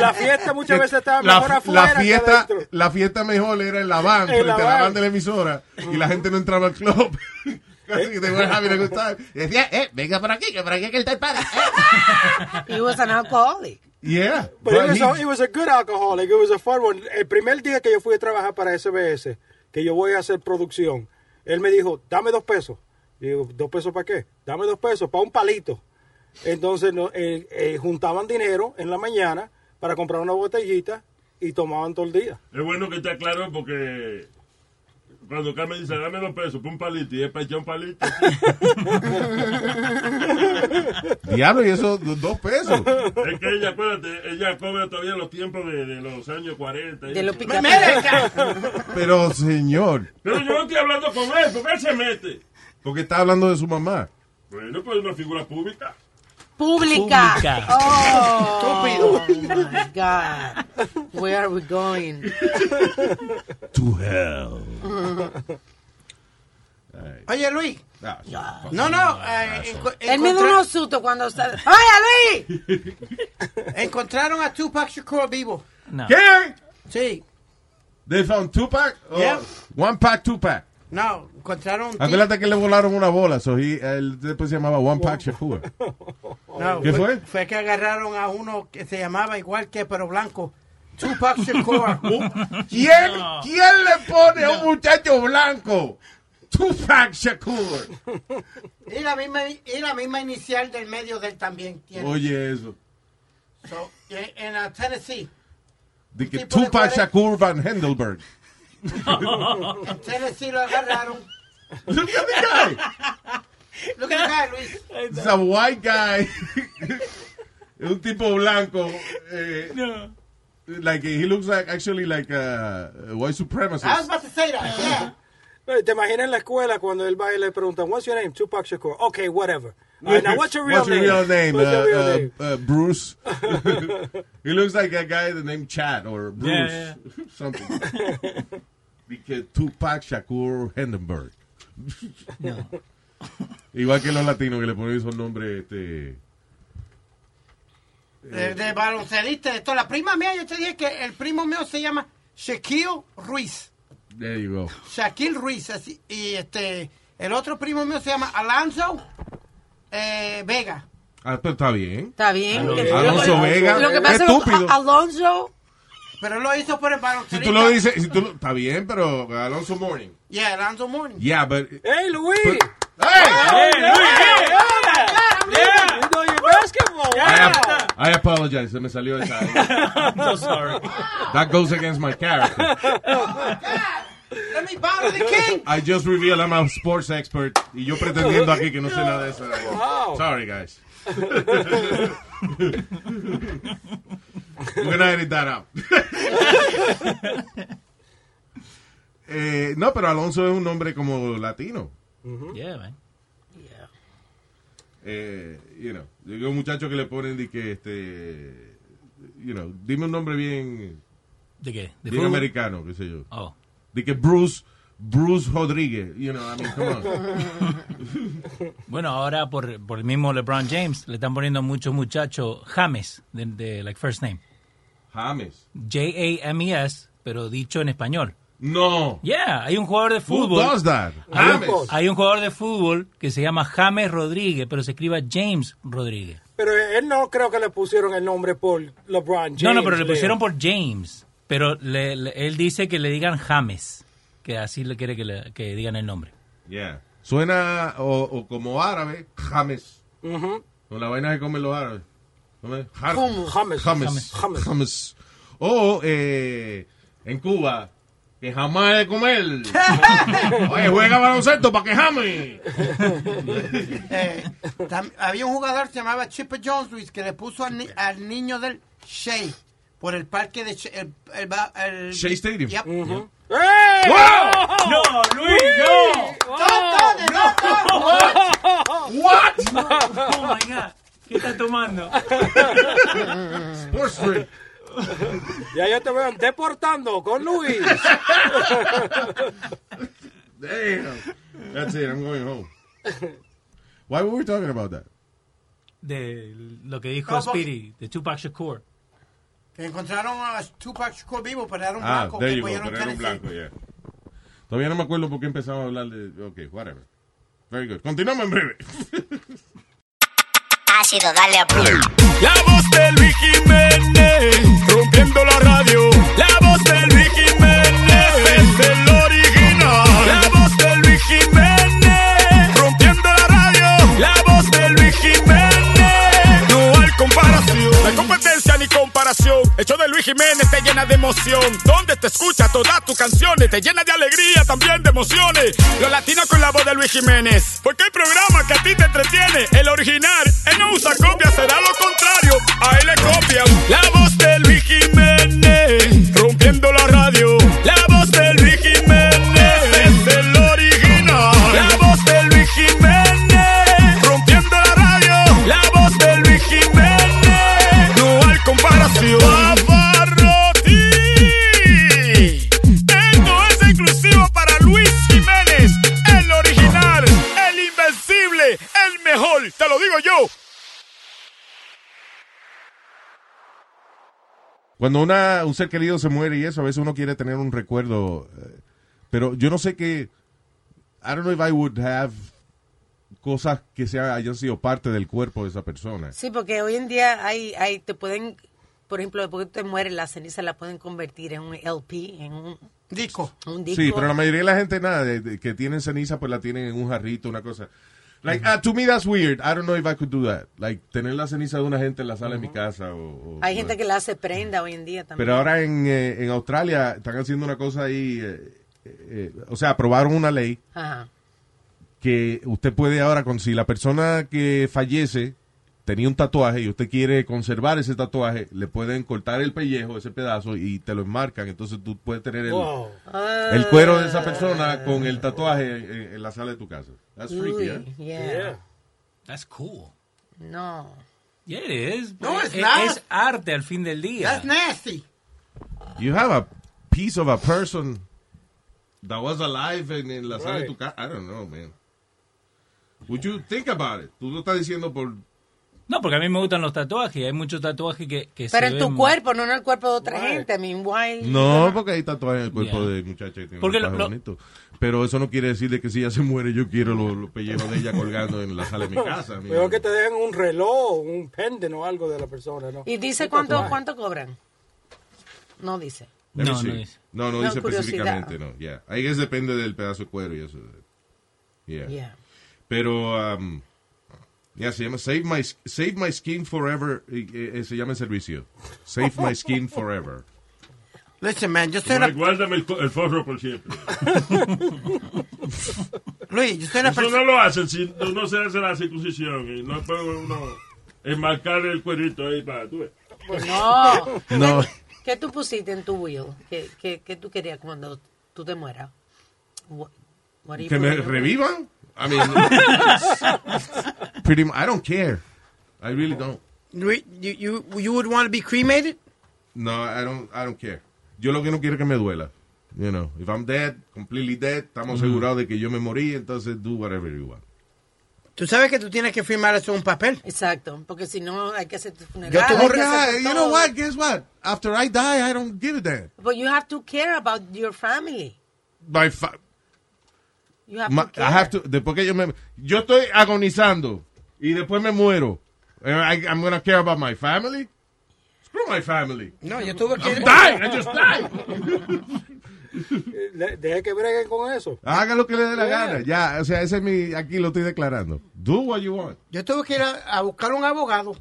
[SPEAKER 8] La fiesta muchas veces estaba mejor
[SPEAKER 3] la,
[SPEAKER 8] afuera
[SPEAKER 3] la
[SPEAKER 8] que
[SPEAKER 3] fiesta,
[SPEAKER 8] adentro.
[SPEAKER 3] la fiesta mejor era en la van,
[SPEAKER 8] En
[SPEAKER 3] frente
[SPEAKER 8] la
[SPEAKER 3] a la
[SPEAKER 8] van.
[SPEAKER 3] van de la emisora, y la gente no entraba al club. Casi que te were having a good time. Y decía, eh, venga por aquí, que por aquí que el tal eh". padre.
[SPEAKER 6] He was an alcoholic.
[SPEAKER 3] Yeah.
[SPEAKER 8] But it
[SPEAKER 3] but
[SPEAKER 8] was,
[SPEAKER 3] he-
[SPEAKER 8] a, it was a good alcoholic. It was a fun one. El primer día que yo fui a trabajar para SBS, que yo voy a hacer producción, él me dijo, dame dos pesos. Y digo, ¿dos pesos para qué? Dame dos pesos, para un palito. Entonces no, eh, eh, juntaban dinero en la mañana para comprar una botellita y tomaban todo el día.
[SPEAKER 7] Es bueno que está claro porque cuando Carmen dice, dame dos pesos, pon un palito, y es para echar un palito.
[SPEAKER 3] Diablo, y eso, do- dos pesos.
[SPEAKER 7] Es que ella, acuérdate, ella cobra todavía los tiempos de, de los años 40. y
[SPEAKER 6] De los
[SPEAKER 7] eso.
[SPEAKER 6] pica-
[SPEAKER 3] Pero, señor,
[SPEAKER 7] Pero yo no estoy hablando con él, porque él se mete.
[SPEAKER 3] porque está hablando de su mamá.
[SPEAKER 7] Bueno, pues es una figura pública.
[SPEAKER 6] Pública.
[SPEAKER 3] Pública.
[SPEAKER 6] Oh, Estúpido. my God. Where are we going?
[SPEAKER 3] To hell.
[SPEAKER 4] Oye, Luis.
[SPEAKER 3] Ah, sí.
[SPEAKER 4] No, no. eh, enco-
[SPEAKER 6] Él me dio
[SPEAKER 4] encontra-
[SPEAKER 6] unos sustos cuando... sal- ¡Ay, Luis!
[SPEAKER 4] encontraron a Tupac Shakur vivo.
[SPEAKER 5] No.
[SPEAKER 3] ¿Qué?
[SPEAKER 4] Sí.
[SPEAKER 3] They found two pack? Oh,
[SPEAKER 4] Yeah.
[SPEAKER 3] One pack, two pack.
[SPEAKER 4] No, encontraron un
[SPEAKER 3] Acuérdate que le volaron una bola, so he- él después se llamaba One Pack Shakur.
[SPEAKER 4] No,
[SPEAKER 3] ¿Qué fue?
[SPEAKER 4] Fue que agarraron a uno que se llamaba igual que pero blanco. Tupac Shakur.
[SPEAKER 3] Uh. ¿Quién, ¿Quién le pone a un muchacho blanco? Tupac Shakur.
[SPEAKER 4] Y la misma, y la misma inicial del medio del también tiene.
[SPEAKER 3] Oye, eso.
[SPEAKER 4] So, en, en, uh, Tennessee.
[SPEAKER 3] De que
[SPEAKER 4] Tipo de
[SPEAKER 3] Tupac
[SPEAKER 4] cuarenta-
[SPEAKER 3] Shakur Van Hendelberg.
[SPEAKER 4] en Tennessee lo agarraron.
[SPEAKER 3] Look at the guy.
[SPEAKER 4] Look at that, "Ah, Luis.
[SPEAKER 3] It's a white guy. Es un tipo blanco. eh, Like, he looks like, actually, like a white supremacist.
[SPEAKER 4] about to say that.
[SPEAKER 8] Eh, ¿Te imaginas en la escuela cuando él va y le preguntan, what's your name? Tupac Shakur. Okay, whatever. All right, now, what's your real
[SPEAKER 3] What's your
[SPEAKER 8] name?
[SPEAKER 3] real name?
[SPEAKER 8] What's your
[SPEAKER 3] uh,
[SPEAKER 8] real
[SPEAKER 3] uh,
[SPEAKER 8] name?
[SPEAKER 3] uh, Bruce. he looks like a guy named Chad or Bruce.
[SPEAKER 9] Yeah, yeah.
[SPEAKER 3] Something. Because Tupac Shakur Hindenburg.
[SPEAKER 9] No.
[SPEAKER 3] Igual que los latinos que le ponen esos nombres. Este,
[SPEAKER 4] De, de baloncelista, de toda la prima mía, yo te dije que el primo mío se llama Shaquille Ruiz.
[SPEAKER 3] there you go.
[SPEAKER 4] Shaquille Ruiz. así, y este, el otro primo mío se llama Alonso eh, Vega.
[SPEAKER 3] Ah, pero está bien.
[SPEAKER 6] Está bien.
[SPEAKER 3] Alonso
[SPEAKER 6] que-
[SPEAKER 3] Alonso Vega.
[SPEAKER 6] Lo que pasa es
[SPEAKER 3] Estúpido.
[SPEAKER 6] que Alonso...
[SPEAKER 4] Pero él lo hizo por el
[SPEAKER 3] Si
[SPEAKER 4] baloncelista.
[SPEAKER 3] tú lo dices, si tú lo- está bien, pero Alonso Morning.
[SPEAKER 4] Yeah, Alonso Morning.
[SPEAKER 3] Yeah, but.
[SPEAKER 8] ¡Hey, Luis!
[SPEAKER 3] ¡Hey!
[SPEAKER 8] You know your basketball.
[SPEAKER 3] I apologize. Se me salió esa. eh.
[SPEAKER 5] I'm so sorry.
[SPEAKER 3] That goes against my character.
[SPEAKER 4] Let me bow to the king.
[SPEAKER 3] I just revealed I'm a sports expert y yo pretendiendo aquí que no sé nada de eso.
[SPEAKER 9] Wow.
[SPEAKER 3] Sorry, guys. We're gonna edit that out. Eh, no, pero Alonso es un nombre como latino.
[SPEAKER 5] Yeah, man.
[SPEAKER 3] Eh, you know, yo veo muchachos que le ponen de que este you know, dime un nombre bien.
[SPEAKER 5] ¿De qué? ¿De
[SPEAKER 3] bien
[SPEAKER 5] fútbol?
[SPEAKER 3] americano, qué sé yo.
[SPEAKER 5] Oh.
[SPEAKER 3] De que Bruce, Bruce Rodríguez, you know, I mean, come on.
[SPEAKER 5] Bueno, ahora por, por el mismo LeBron James le están poniendo muchos muchachos James, de, de, like first name.
[SPEAKER 3] James.
[SPEAKER 5] J-A-M-E-S, E pero dicho en español.
[SPEAKER 3] No.
[SPEAKER 5] Yeah, hay un jugador de
[SPEAKER 3] Who
[SPEAKER 5] fútbol.
[SPEAKER 3] does that?
[SPEAKER 5] Hay, un-
[SPEAKER 3] James.
[SPEAKER 5] hay un jugador de fútbol que se llama James Rodríguez, pero se escriba James Rodríguez.
[SPEAKER 8] Pero él no creo que le pusieron el nombre por LeBron James.
[SPEAKER 5] no, no, pero le
[SPEAKER 8] Leo.
[SPEAKER 5] pusieron por James. Pero le- le- él dice que le digan James, que así le quiere que, le, que digan el nombre.
[SPEAKER 3] Yeah. Suena o, o como árabe, James. Con la vaina que comen los árabes. Comen jar-
[SPEAKER 8] ¿Cómo? James.
[SPEAKER 3] James.
[SPEAKER 8] James.
[SPEAKER 3] James. O eh, en Cuba, que jamás de comer. Oye, juega baloncesto para que James.
[SPEAKER 4] Eh, tam- había un jugador que se llamaba Chipper Jones Luis que le puso al, ni- al niño del Shea por el parque de Shea, el, el ba- el-
[SPEAKER 3] Shea Stadium.
[SPEAKER 4] Yep.
[SPEAKER 3] Ujú.
[SPEAKER 4] ¡Ey!
[SPEAKER 3] ¡Wow!
[SPEAKER 5] ¡No, Luis, no!
[SPEAKER 3] What?
[SPEAKER 5] Oh my God. ¿Qué está tomando?
[SPEAKER 3] Sports drink.
[SPEAKER 8] Ya yo te veo deportando con Luis.
[SPEAKER 3] Damn. That's it. I'm going home. Why were we talking about that?
[SPEAKER 5] De lo que dijo
[SPEAKER 4] No, porque-
[SPEAKER 5] Speedy, de Tupac Shakur.
[SPEAKER 4] Que encontraron a Tupac Shakur vivo, pero era un
[SPEAKER 3] Ah,
[SPEAKER 4] blanco.
[SPEAKER 3] there
[SPEAKER 4] que
[SPEAKER 3] you go.
[SPEAKER 4] cogieron
[SPEAKER 3] Pero era un
[SPEAKER 4] Tennessee.
[SPEAKER 3] blanco, yeah. Todavía no me acuerdo por qué empezamos a hablar de... Ok, whatever. Very good. Continuamos en breve.
[SPEAKER 14] Ácido, dale a play.
[SPEAKER 13] La voz de Luis Jiménez, rompiendo la radio. La voz de Luis Jiménez, es el original. La voz de Luis Jiménez, rompiendo la radio. La voz de Luis Jiménez, no hay comparación. No hay competencia ni comparación. El show de Luis Jiménez te llena de emoción. Donde te escucha todas tus canciones, te llena de alegría, también de emociones. Los latinos con la voz de Luis Jiménez. Porque el programa que a ti te entretiene, el original, él no usa copia, será lo contrario. A él le copian. La voz de Luis Jiménez, rompiendo la radio. La voz de Luis Jiménez, es el original. La voz de Luis Jiménez, rompiendo la radio. La voz de Luis Jiménez, no hay comparación. Pavarotti. Esto es exclusivo para Luis Jiménez, el original, el invencible, el mejor. Te lo digo yo.
[SPEAKER 3] Cuando una, un ser querido se muere y eso, a veces uno quiere tener un recuerdo. eh, Pero yo no sé qué. I don't know if I would have cosas que sea, hayan sido parte del cuerpo de esa persona.
[SPEAKER 6] Sí, porque hoy en día hay, hay, te pueden, por ejemplo, después que te mueres, la ceniza la pueden convertir en un LP, en un
[SPEAKER 4] disco.
[SPEAKER 6] Un disco.
[SPEAKER 3] Sí, pero la mayoría de la gente, nada, de- de- que tienen ceniza, pues la tienen en un jarrito, una cosa. Like, ah, to me that's weird. I don't know if I could do that. Like, tener la ceniza de una gente en la sala de mi casa o... o-
[SPEAKER 6] Hay gente que la hace prenda hoy en día también.
[SPEAKER 3] Pero ahora en, eh, en Australia están haciendo una cosa ahí... eh, eh, eh, o sea, aprobaron una ley
[SPEAKER 6] Ajá.
[SPEAKER 3] que usted puede ahora, con si la persona que fallece tenía un tatuaje y usted quiere conservar ese tatuaje, le pueden cortar el pellejo, ese pedazo, y te lo enmarcan. Entonces tú puedes tener el,
[SPEAKER 14] Wow.
[SPEAKER 3] el cuero de esa persona con el tatuaje en, en la sala de tu casa. That's freaky, ¿eh?
[SPEAKER 6] Uy, yeah.
[SPEAKER 5] That's cool.
[SPEAKER 6] No.
[SPEAKER 5] Yeah, it is.
[SPEAKER 4] No, it's
[SPEAKER 5] es,
[SPEAKER 4] not.
[SPEAKER 5] es arte al fin del día.
[SPEAKER 4] That's nasty.
[SPEAKER 3] You have a piece of a person that was alive en, en la sala de tu casa. I don't know, man. Would you think about it? Tú lo estás diciendo por...
[SPEAKER 5] No, porque a mí me gustan los tatuajes. Hay muchos tatuajes que, que se
[SPEAKER 6] Pero en tu
[SPEAKER 5] ven-
[SPEAKER 6] cuerpo, no en el cuerpo de otra gente. I mean, why?
[SPEAKER 3] No, porque hay tatuajes en el cuerpo de muchacha que tiene
[SPEAKER 6] Porque
[SPEAKER 3] un
[SPEAKER 6] lo-
[SPEAKER 3] tatuaje
[SPEAKER 6] lo-
[SPEAKER 3] bonito. Pero eso no quiere decir de que si ella se muere yo quiero los los pellejos de ella colgando en la sala de mi casa. mi-
[SPEAKER 15] Mm.
[SPEAKER 8] Mejor que te dejen un reloj, un pendant o algo de la persona, ¿no?
[SPEAKER 6] ¿Y dice
[SPEAKER 8] Un
[SPEAKER 6] cuánto,
[SPEAKER 8] tatuaje.
[SPEAKER 6] cuánto cobran? No dice.
[SPEAKER 3] Let me
[SPEAKER 5] No,
[SPEAKER 3] see.
[SPEAKER 5] no dice.
[SPEAKER 3] No, no
[SPEAKER 6] No,
[SPEAKER 3] dice
[SPEAKER 6] curiosidad.
[SPEAKER 3] específicamente, no. Yeah. Ahí es depende del pedazo de cuero y eso. Yeah.
[SPEAKER 6] Yeah.
[SPEAKER 3] Pero, um, yeah, se llama Save My, Save My Skin Forever. eh, eh, se llama el servicio. Save My Skin Forever.
[SPEAKER 4] Listen, man, yo soy
[SPEAKER 7] Como
[SPEAKER 4] una...
[SPEAKER 7] el Guárdame el, co- el forro por siempre.
[SPEAKER 4] Luis, yo soy una
[SPEAKER 7] Eso no lo hacen si no- no se hace la circuncisión y no puede uno enmarcar el cuerito ahí para tú. ves.
[SPEAKER 6] No.
[SPEAKER 3] No.
[SPEAKER 6] ¿Qué tú pusiste en tu will? ¿Qué, qué, qué tú querías cuando tú te mueras? What- what do you
[SPEAKER 3] ¿Que me
[SPEAKER 6] put in your will?
[SPEAKER 3] revivan? I mean, pretty mu- I don't care. I really don't.
[SPEAKER 4] Luis, you, you, you would want to be cremated?
[SPEAKER 3] No, I don't, I don't care. Yo lo que no quiero es que me duela. You know, if I'm dead, completely dead, estamos
[SPEAKER 4] Ujú.
[SPEAKER 3] asegurados de que yo me morí, entonces do whatever you want.
[SPEAKER 4] Tú sabes que tú tienes que firmar eso en un papel.
[SPEAKER 6] Exacto, porque si no hay que hacer tu funeral.
[SPEAKER 4] Yo tuve
[SPEAKER 6] hay que hacer
[SPEAKER 3] you know
[SPEAKER 6] todo.
[SPEAKER 3] what? Guess what? After I die, I don't give a damn.
[SPEAKER 6] But you have to care about your family.
[SPEAKER 3] My fa-
[SPEAKER 6] You
[SPEAKER 8] Ah,
[SPEAKER 6] have
[SPEAKER 3] Ma-
[SPEAKER 6] to care.
[SPEAKER 3] I have to, después que yo me, yo estoy agonizando y después me muero. And I, I'm gonna care about my family. Screw my family.
[SPEAKER 4] No, yo tuve
[SPEAKER 3] que. I'm dying. I just died.
[SPEAKER 8] Eh, Le- Deje que breguen con eso.
[SPEAKER 3] Haga lo que le dé la gana. Ya, o sea, ese es mi, aquí lo estoy declarando. Do what you want.
[SPEAKER 4] Yo tuve que ir a, a buscar un abogado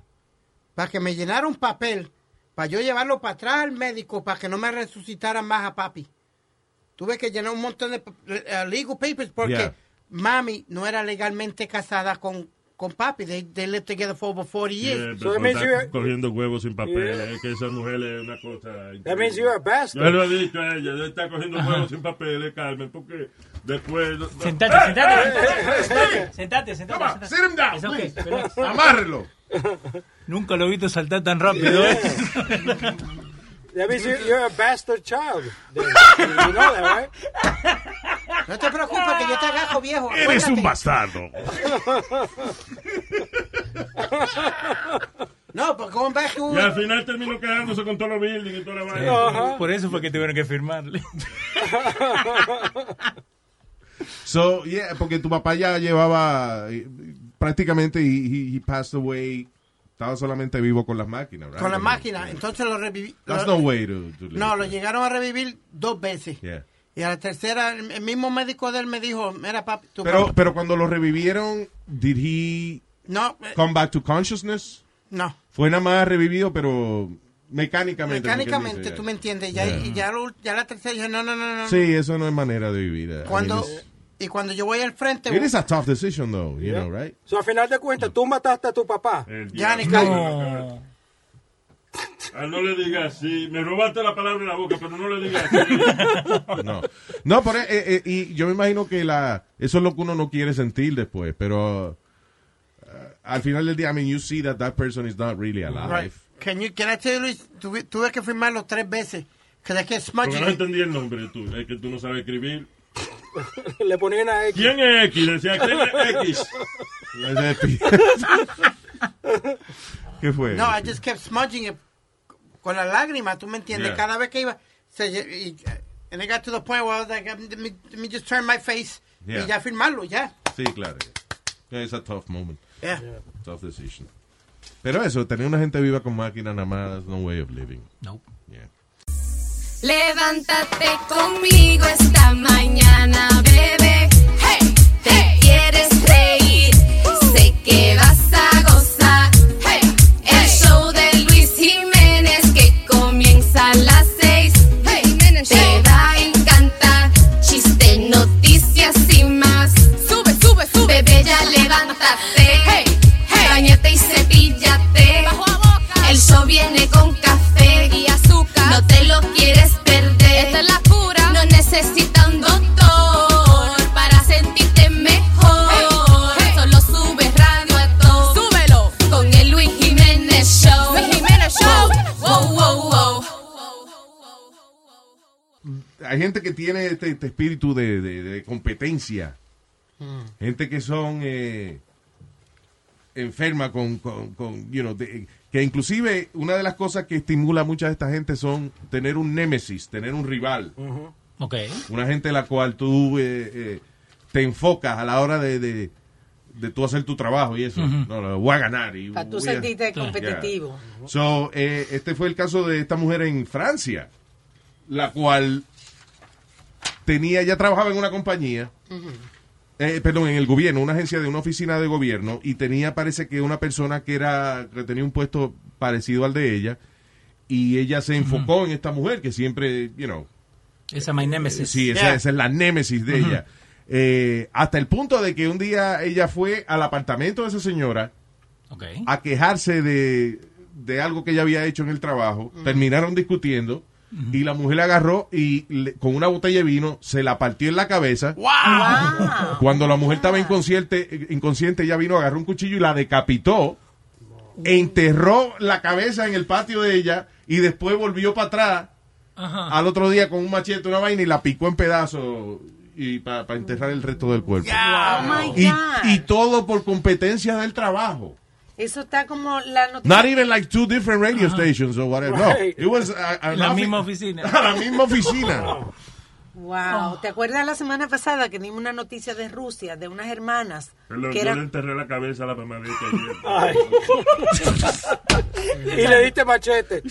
[SPEAKER 4] para que me llenara un papel, para yo llevarlo para atrás al médico, para que no me resucitaran más a papi. Tuve que llenar un montón de pa- eh, legal papers porque
[SPEAKER 3] Yeah.
[SPEAKER 4] mami no era legalmente casada con, con papi. They, they lived together for over 40
[SPEAKER 7] Yeah,
[SPEAKER 4] years.
[SPEAKER 7] pero está cogiendo huevos sin papel. Es que esa mujer es una cosa.
[SPEAKER 8] That means you're a bastard.
[SPEAKER 7] Yo lo he dicho a ella, ella está cogiendo huevos sin papeles, Carmen, porque después.
[SPEAKER 5] Sentate,
[SPEAKER 7] ¡Eh,
[SPEAKER 5] sentate,
[SPEAKER 7] eh, eh, eh, eh!
[SPEAKER 5] sentate, sentate, sentate.
[SPEAKER 7] Come on,
[SPEAKER 5] sentate.
[SPEAKER 7] sit him down,
[SPEAKER 5] It's okay,
[SPEAKER 7] please.
[SPEAKER 5] relax.
[SPEAKER 3] Amárrelo.
[SPEAKER 5] Nunca lo he visto saltar tan rápido. ¿eh?
[SPEAKER 8] That means you're, you're a bastard child. Then. You know that, right?
[SPEAKER 4] No te preocupes que yo te agajo, viejo.
[SPEAKER 16] Eres un bastardo.
[SPEAKER 4] acuérdate. No, but going back to...
[SPEAKER 7] Y al final terminó quedándose con todos los buildings y toda la
[SPEAKER 5] Eh,
[SPEAKER 7] vaina.
[SPEAKER 5] Por eso fue que tuvieron que firmarle.
[SPEAKER 3] So, yeah, porque tu papá ya llevaba eh, prácticamente, he, he, he passed away. Estaba solamente vivo con las máquinas, right?
[SPEAKER 4] Con la máquina, entonces lo reviví.
[SPEAKER 3] That's
[SPEAKER 4] lo-
[SPEAKER 3] no way to, to live.
[SPEAKER 4] No, lo llegaron a revivir dos veces.
[SPEAKER 3] Yeah.
[SPEAKER 4] Y a la tercera, el el mismo médico de él me dijo, mira papi, tu
[SPEAKER 3] Pero,
[SPEAKER 4] papá-
[SPEAKER 3] pero cuando lo revivieron, did he
[SPEAKER 4] No, eh,
[SPEAKER 3] come back to consciousness?
[SPEAKER 4] no.
[SPEAKER 3] Fue nada más revivido, pero mecánicamente. como quien
[SPEAKER 4] Mecánicamente,
[SPEAKER 3] dice,
[SPEAKER 4] tú
[SPEAKER 3] ya.
[SPEAKER 4] me entiendes. Ya,
[SPEAKER 3] Yeah.
[SPEAKER 4] y ya, lo- ya la tercera dije, no, no, no, no.
[SPEAKER 3] Sí, eso no es manera de vivir. I mean,
[SPEAKER 4] Cuando,
[SPEAKER 3] it's-
[SPEAKER 4] y cuando yo voy al frente...
[SPEAKER 3] it is a tough decision, though, you know, right?
[SPEAKER 8] So, al final de cuentas, tú mataste a tu papá.
[SPEAKER 15] Eh.
[SPEAKER 4] Ya, ni
[SPEAKER 7] Ah, no le digas así. Me robaste la palabra en la boca, pero no le digas así.
[SPEAKER 3] No, no pero, eh, eh, y yo me imagino que la, eso es lo que uno no quiere sentir después, pero uh, al final del día, I mean, you see that that person is not really alive.
[SPEAKER 4] Right. Can you, can I tell you, Luis? Tuve, tuve que firmarlo tres veces. Que de que es
[SPEAKER 7] Porque no entendí el nombre tú. Es que tú no sabes escribir.
[SPEAKER 8] Le ponían a X.
[SPEAKER 7] ¿Quién es X? Decía, ¿quién es X?
[SPEAKER 3] Ese pi- ¿Qué fue?
[SPEAKER 4] No, I just kept smudging it con la lágrima, tú me entiendes.
[SPEAKER 3] Yeah.
[SPEAKER 4] Cada vez que iba, se, y, and it got to the point where I was like, let me, let me just turn my face
[SPEAKER 3] Yeah.
[SPEAKER 4] y ya firmarlo, ya.
[SPEAKER 3] Sí, claro. Es a tough moment.
[SPEAKER 4] Yeah.
[SPEAKER 3] Tough decision. Pero eso, tener una gente viva con máquinas nada más, that's no way of living.
[SPEAKER 5] No.
[SPEAKER 3] Yeah.
[SPEAKER 17] Levántate conmigo esta mañana, bebé. Hey, te quieres reír, sé que vas a gozar. Hey, el show de Luis Jiménez que comienza a las seis. Hey, te va a encantar, chiste, noticias y más. Sube, sube, sube, bebé, ya levántate. Hey, bañate y cepíllate. El show viene con café y azúcar. No te lo quieres perder. Esta es la pura. No necesita un doctor para sentirte mejor. Solo sube radio a todo. Súbelo con el Luis Jiménez Show. Luis Jiménez Show. Wow, wow, wow.
[SPEAKER 3] Hay gente que tiene este, este espíritu de, de- de competencia. Gente que son eh, enferma con, con, con, you know, de- que inclusive una de las cosas que estimula a mucha de esta gente son tener un némesis, tener un rival.
[SPEAKER 5] Ok.
[SPEAKER 3] Una gente a la cual tú eh, eh, te enfocas a la hora de, de, de tú hacer tu trabajo y eso.
[SPEAKER 6] Ujú.
[SPEAKER 3] No, no, voy a ganar. Y,
[SPEAKER 6] Para tú
[SPEAKER 3] voy a-
[SPEAKER 6] sentirte
[SPEAKER 3] Yeah.
[SPEAKER 6] competitivo.
[SPEAKER 3] So, eh, este fue el caso de esta mujer en Francia, la cual tenía, ya trabajaba en una compañía, eh, perdón, en el gobierno, una agencia de una oficina de gobierno, y tenía, parece que una persona que era, que tenía un puesto parecido al de ella, y ella se enfocó en esta mujer que siempre, you know,
[SPEAKER 5] Esa my nemesis.
[SPEAKER 3] Sí, esa, esa es la némesis de
[SPEAKER 5] Ujú.
[SPEAKER 3] ella. Eh, hasta el punto de que un día ella fue al apartamento de esa señora
[SPEAKER 5] Ok.
[SPEAKER 7] Ah.
[SPEAKER 3] a quejarse de, de algo que ella había hecho en el trabajo. Terminaron discutiendo y la mujer la agarró y le- con una botella de vino se la partió en la cabeza. Ah. eh, Cuando la mujer estaba inconsciente, inconsciente, ella vino, agarró un cuchillo y la decapitó. enterró la cabeza en el patio de ella y después volvió para atrás
[SPEAKER 5] Ajá.
[SPEAKER 3] al otro día con un machete, una vaina y la picó en pedazos y para enterrar el resto del cuerpo.
[SPEAKER 6] Oh my
[SPEAKER 3] Y,
[SPEAKER 6] God.
[SPEAKER 3] y todo por competencia del trabajo.
[SPEAKER 6] Eso está como la noticia.
[SPEAKER 3] Not even like two different radio stations or whatever.
[SPEAKER 6] Right.
[SPEAKER 3] No, it was a- a-
[SPEAKER 5] La
[SPEAKER 3] a-
[SPEAKER 5] misma oficina.
[SPEAKER 3] A la misma oficina.
[SPEAKER 6] Wow. ¿Te acuerdas la semana pasada que dimos una noticia de Rusia, de unas hermanas?
[SPEAKER 7] Perdón,
[SPEAKER 6] que
[SPEAKER 7] yo le
[SPEAKER 6] eran...
[SPEAKER 7] enterré la cabeza a la mamadita ayer.
[SPEAKER 8] Y le diste machete.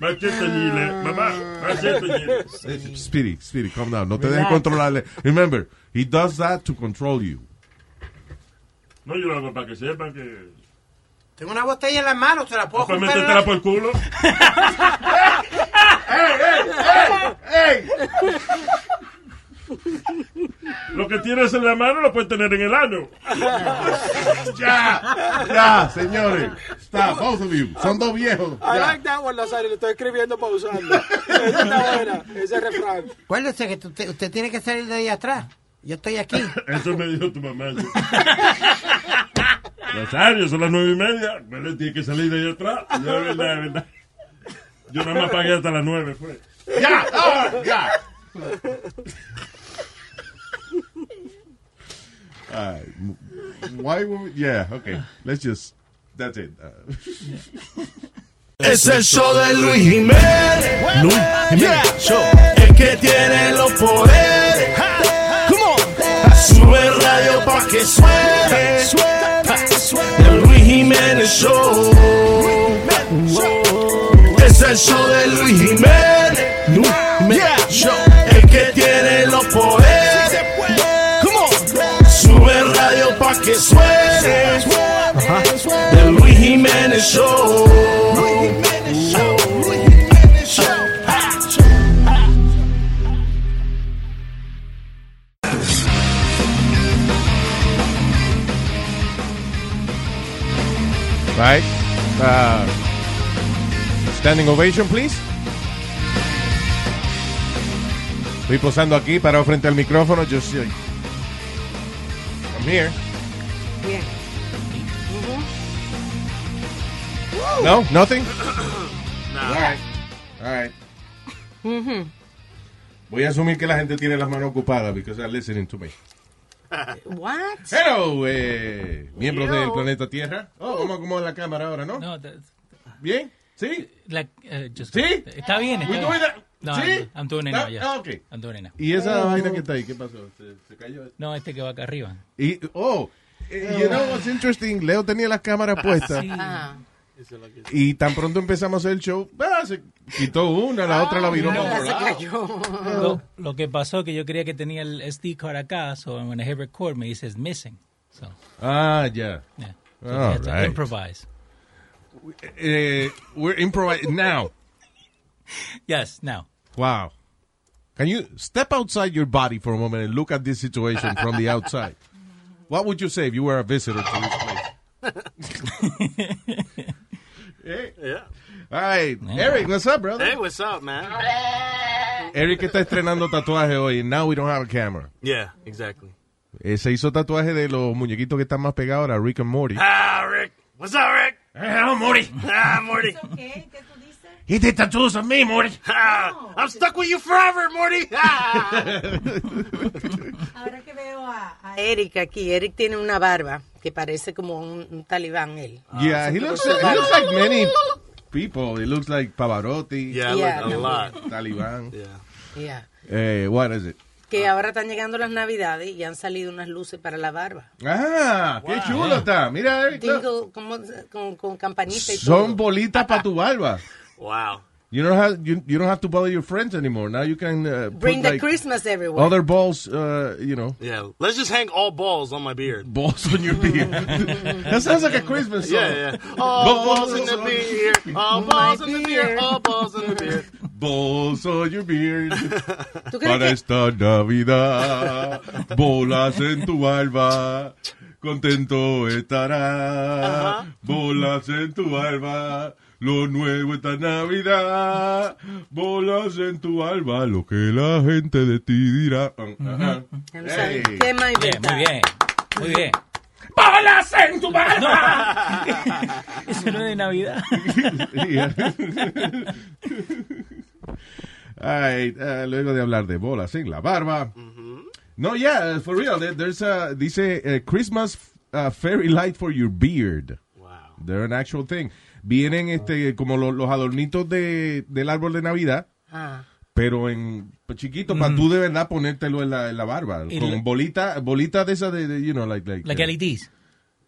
[SPEAKER 7] Machete este ñile, mamá, machete este ñile.
[SPEAKER 3] Eh, Spirit, Spirit, calm down. No te dejes
[SPEAKER 7] Relax.
[SPEAKER 3] controlarle. Remember, he does that to control you.
[SPEAKER 7] No, yo lo hago para que sepan que...
[SPEAKER 4] Tengo una botella en la mano, se la puedo
[SPEAKER 7] Para
[SPEAKER 4] comprar.
[SPEAKER 7] metértela por el culo. Lo que tienes en la mano lo puedes tener en el ano.
[SPEAKER 3] ya, ya, señores. Stop, both of you. Son dos viejos.
[SPEAKER 8] I
[SPEAKER 3] Ya.
[SPEAKER 8] like that one, Nazario. Lo estoy escribiendo para usarlo. Esa está buena, ese refrán.
[SPEAKER 4] Acuérdese que tú- usted, usted tiene que salir de ahí atrás. Yo estoy aquí.
[SPEAKER 7] Eso me dijo tu mamá. yo. Nazario, son las nueve y media. Bueno, tiene que salir de ahí atrás. Ya, es verdad, es verdad. Yo nada más pagué hasta las nueve, pues. fue.
[SPEAKER 3] Ya, ah, ya. Ay, m- why would yeah, okay. Let's just that's it. Uh,
[SPEAKER 14] Es el show de Luis Jiménez. Luis Jiménez Show. El que tiene los poderes. Come on. Sube el radio pa' que suene. El Luis Jiménez Show. Es el show de Luis Jiménez. Luis Jiménez Show. El que tiene los poderes. Come on. Sube el radio pa' que suene. El Luis Jiménez Show.
[SPEAKER 3] right? Uh, standing ovation, please. Estoy posando aquí, parado frente al micrófono. Yo soy. I'm here.
[SPEAKER 6] Bien. Ujú.
[SPEAKER 3] No, nothing.
[SPEAKER 6] Nah.
[SPEAKER 3] All right.
[SPEAKER 6] Ujú.
[SPEAKER 3] Voy a asumir que la gente tiene las manos ocupadas because they're listening to me.
[SPEAKER 6] What?
[SPEAKER 3] Hello, eh, miembros
[SPEAKER 5] Hello.
[SPEAKER 3] del planeta Tierra. Oh, vamos a acomodar la cámara ahora, ¿no?
[SPEAKER 5] No, that-
[SPEAKER 3] ¿Bien? ¿Sí?
[SPEAKER 5] like, eh, just-
[SPEAKER 3] ¿Sí?
[SPEAKER 5] Está bien. está
[SPEAKER 3] We
[SPEAKER 5] bien.
[SPEAKER 3] doing that?
[SPEAKER 5] No,
[SPEAKER 3] ¿Sí?
[SPEAKER 5] I'm- I'm doing it
[SPEAKER 3] Ah,
[SPEAKER 5] now, yes.
[SPEAKER 3] ah, okay.
[SPEAKER 5] I'm doing it now.
[SPEAKER 3] ¿Y esa vaina que está ahí? ¿Qué pasó? ¿Se, se cayó?
[SPEAKER 5] No, este que va acá arriba.
[SPEAKER 3] Y, oh, eh, you know what's interesting? Leo tenía las cámaras puestas.
[SPEAKER 5] Sí.
[SPEAKER 6] Ah.
[SPEAKER 3] Y tan pronto empezamos el show, ah, se quitó una, la otra la
[SPEAKER 6] Ah,
[SPEAKER 3] viró para otro lado. Ah.
[SPEAKER 5] Lo, lo que pasó que yo creía que tenía el SD card acá, so when I hit record me dice it's missing. So,
[SPEAKER 3] Ah, ya.
[SPEAKER 5] Yeah. so I
[SPEAKER 3] All
[SPEAKER 5] had to
[SPEAKER 3] right.
[SPEAKER 5] improvise.
[SPEAKER 3] Eh, we're improvising now.
[SPEAKER 5] Yes, now.
[SPEAKER 3] Wow. Can you step outside your body for a moment and look at this situation from the outside? What would you say if you were a visitor to this place?
[SPEAKER 15] Yeah. Eh.
[SPEAKER 3] All right, Eric, what's up, brother?
[SPEAKER 15] Hey, what's up, man?
[SPEAKER 3] Eric está estrenando tatuaje hoy. and Now we don't have a camera.
[SPEAKER 15] Yeah, exactly.
[SPEAKER 3] Eh, se hizo tatuaje de los muñequitos que están más pegados ahora, Rick and Morty.
[SPEAKER 15] Ah, Rick. What's up, Rick? Ah, Morty. Ah, Morty.
[SPEAKER 3] He did tattoos on me, Morty.
[SPEAKER 15] Ah, I'm stuck with you forever, Morty. Ah.
[SPEAKER 6] Ahora que veo a, a Eric aquí, Eric tiene una barba que parece como un, un talibán él.
[SPEAKER 3] Yeah, he looks, he looks like many people. He looks like Pavarotti.
[SPEAKER 15] Yeah, I look Yeah. a lot.
[SPEAKER 3] Taliban.
[SPEAKER 6] Yeah.
[SPEAKER 3] Eh, what is it?
[SPEAKER 6] Que ahora están llegando las navidades y han salido unas luces para la barba.
[SPEAKER 3] Ah, qué chulo está. Mira, Eric. look.
[SPEAKER 6] Digo, como, con, con campanita y todo.
[SPEAKER 3] Son bolitas para tu barba.
[SPEAKER 15] Wow.
[SPEAKER 3] You don't have you, you don't have to bother your friends anymore. Now you can uh,
[SPEAKER 6] Bring
[SPEAKER 3] put,
[SPEAKER 6] the
[SPEAKER 3] like,
[SPEAKER 6] Christmas everywhere.
[SPEAKER 3] other balls. Uh, you know,
[SPEAKER 15] Yeah, let's just hang all balls on my beard.
[SPEAKER 3] balls on your beard. that sounds like a Christmas song.
[SPEAKER 15] Yeah, yeah. All balls, in the
[SPEAKER 18] on-
[SPEAKER 15] beard. All
[SPEAKER 18] My
[SPEAKER 15] balls in the
[SPEAKER 18] beard.
[SPEAKER 15] beard. All balls in the beard.
[SPEAKER 3] Balls on your beard.
[SPEAKER 15] ¿Tú crees
[SPEAKER 3] Para
[SPEAKER 15] que-
[SPEAKER 3] esta Navidad, bolas en tu barba. Contento estará. Bolas en tu barba. Lo nuevo esta Navidad. Bolas en tu barba. Lo que la gente de ti dirá. Ah, Ajá.
[SPEAKER 6] I'm sorry.
[SPEAKER 3] Hey.
[SPEAKER 6] Tema
[SPEAKER 5] Bien,
[SPEAKER 6] inventado.
[SPEAKER 5] muy bien. Muy bien.
[SPEAKER 2] ¡Bolas en tu barba!
[SPEAKER 5] Eso no es de Navidad.
[SPEAKER 3] Yeah. All right, uh, luego de hablar de bolas en la barba. No, yeah, uh, for real. there- There's a, dice uh, Christmas uh, fairy light for your beard. Wow. They're an actual thing. Vienen este, como lo- los adornitos de, del árbol de Navidad,
[SPEAKER 6] Ah.
[SPEAKER 3] pero en pues, chiquito, para tú de verdad ponértelo en la, en la barba.
[SPEAKER 5] Mm. Y
[SPEAKER 3] con
[SPEAKER 5] la-
[SPEAKER 3] bolita, bolita de esas de, de, you know, like... like,
[SPEAKER 5] Like
[SPEAKER 3] uh,
[SPEAKER 5] LEDs.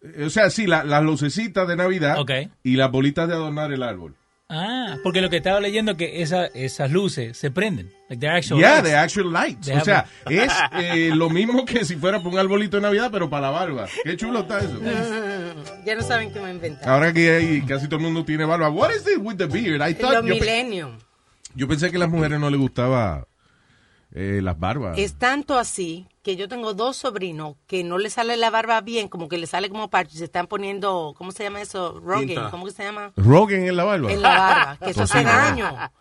[SPEAKER 3] eh, O sea, sí, la- las lucecitas de Navidad y las bolitas de adornar el árbol.
[SPEAKER 5] Ah, porque lo que estaba leyendo es que esa- esas luces se prenden. Like they're actual
[SPEAKER 3] yeah,
[SPEAKER 5] lights.
[SPEAKER 3] the actual lights.
[SPEAKER 5] They
[SPEAKER 3] o
[SPEAKER 5] have
[SPEAKER 3] sea,
[SPEAKER 5] a-
[SPEAKER 3] es eh, lo mismo que si fuera por un arbolito de Navidad, pero para la barba. Qué chulo está eso.
[SPEAKER 6] ya no saben qué me inventar.
[SPEAKER 3] Ahora que hay- casi todo el mundo tiene barba. What is this with the beard? I thought-
[SPEAKER 6] Los
[SPEAKER 3] Ah, yo, pe-
[SPEAKER 6] millennium.
[SPEAKER 3] yo pensé que a las mujeres no les gustaba eh, las barbas.
[SPEAKER 6] Es tanto así que yo tengo dos sobrinos que no le sale la barba bien, como que le sale como parche, se están poniendo, ¿cómo se llama eso? Rogaine,
[SPEAKER 3] Tinta.
[SPEAKER 6] ¿cómo que se llama?
[SPEAKER 3] Rogan en la barba.
[SPEAKER 6] En la barba, que eso hace
[SPEAKER 3] Tocino,
[SPEAKER 6] daño.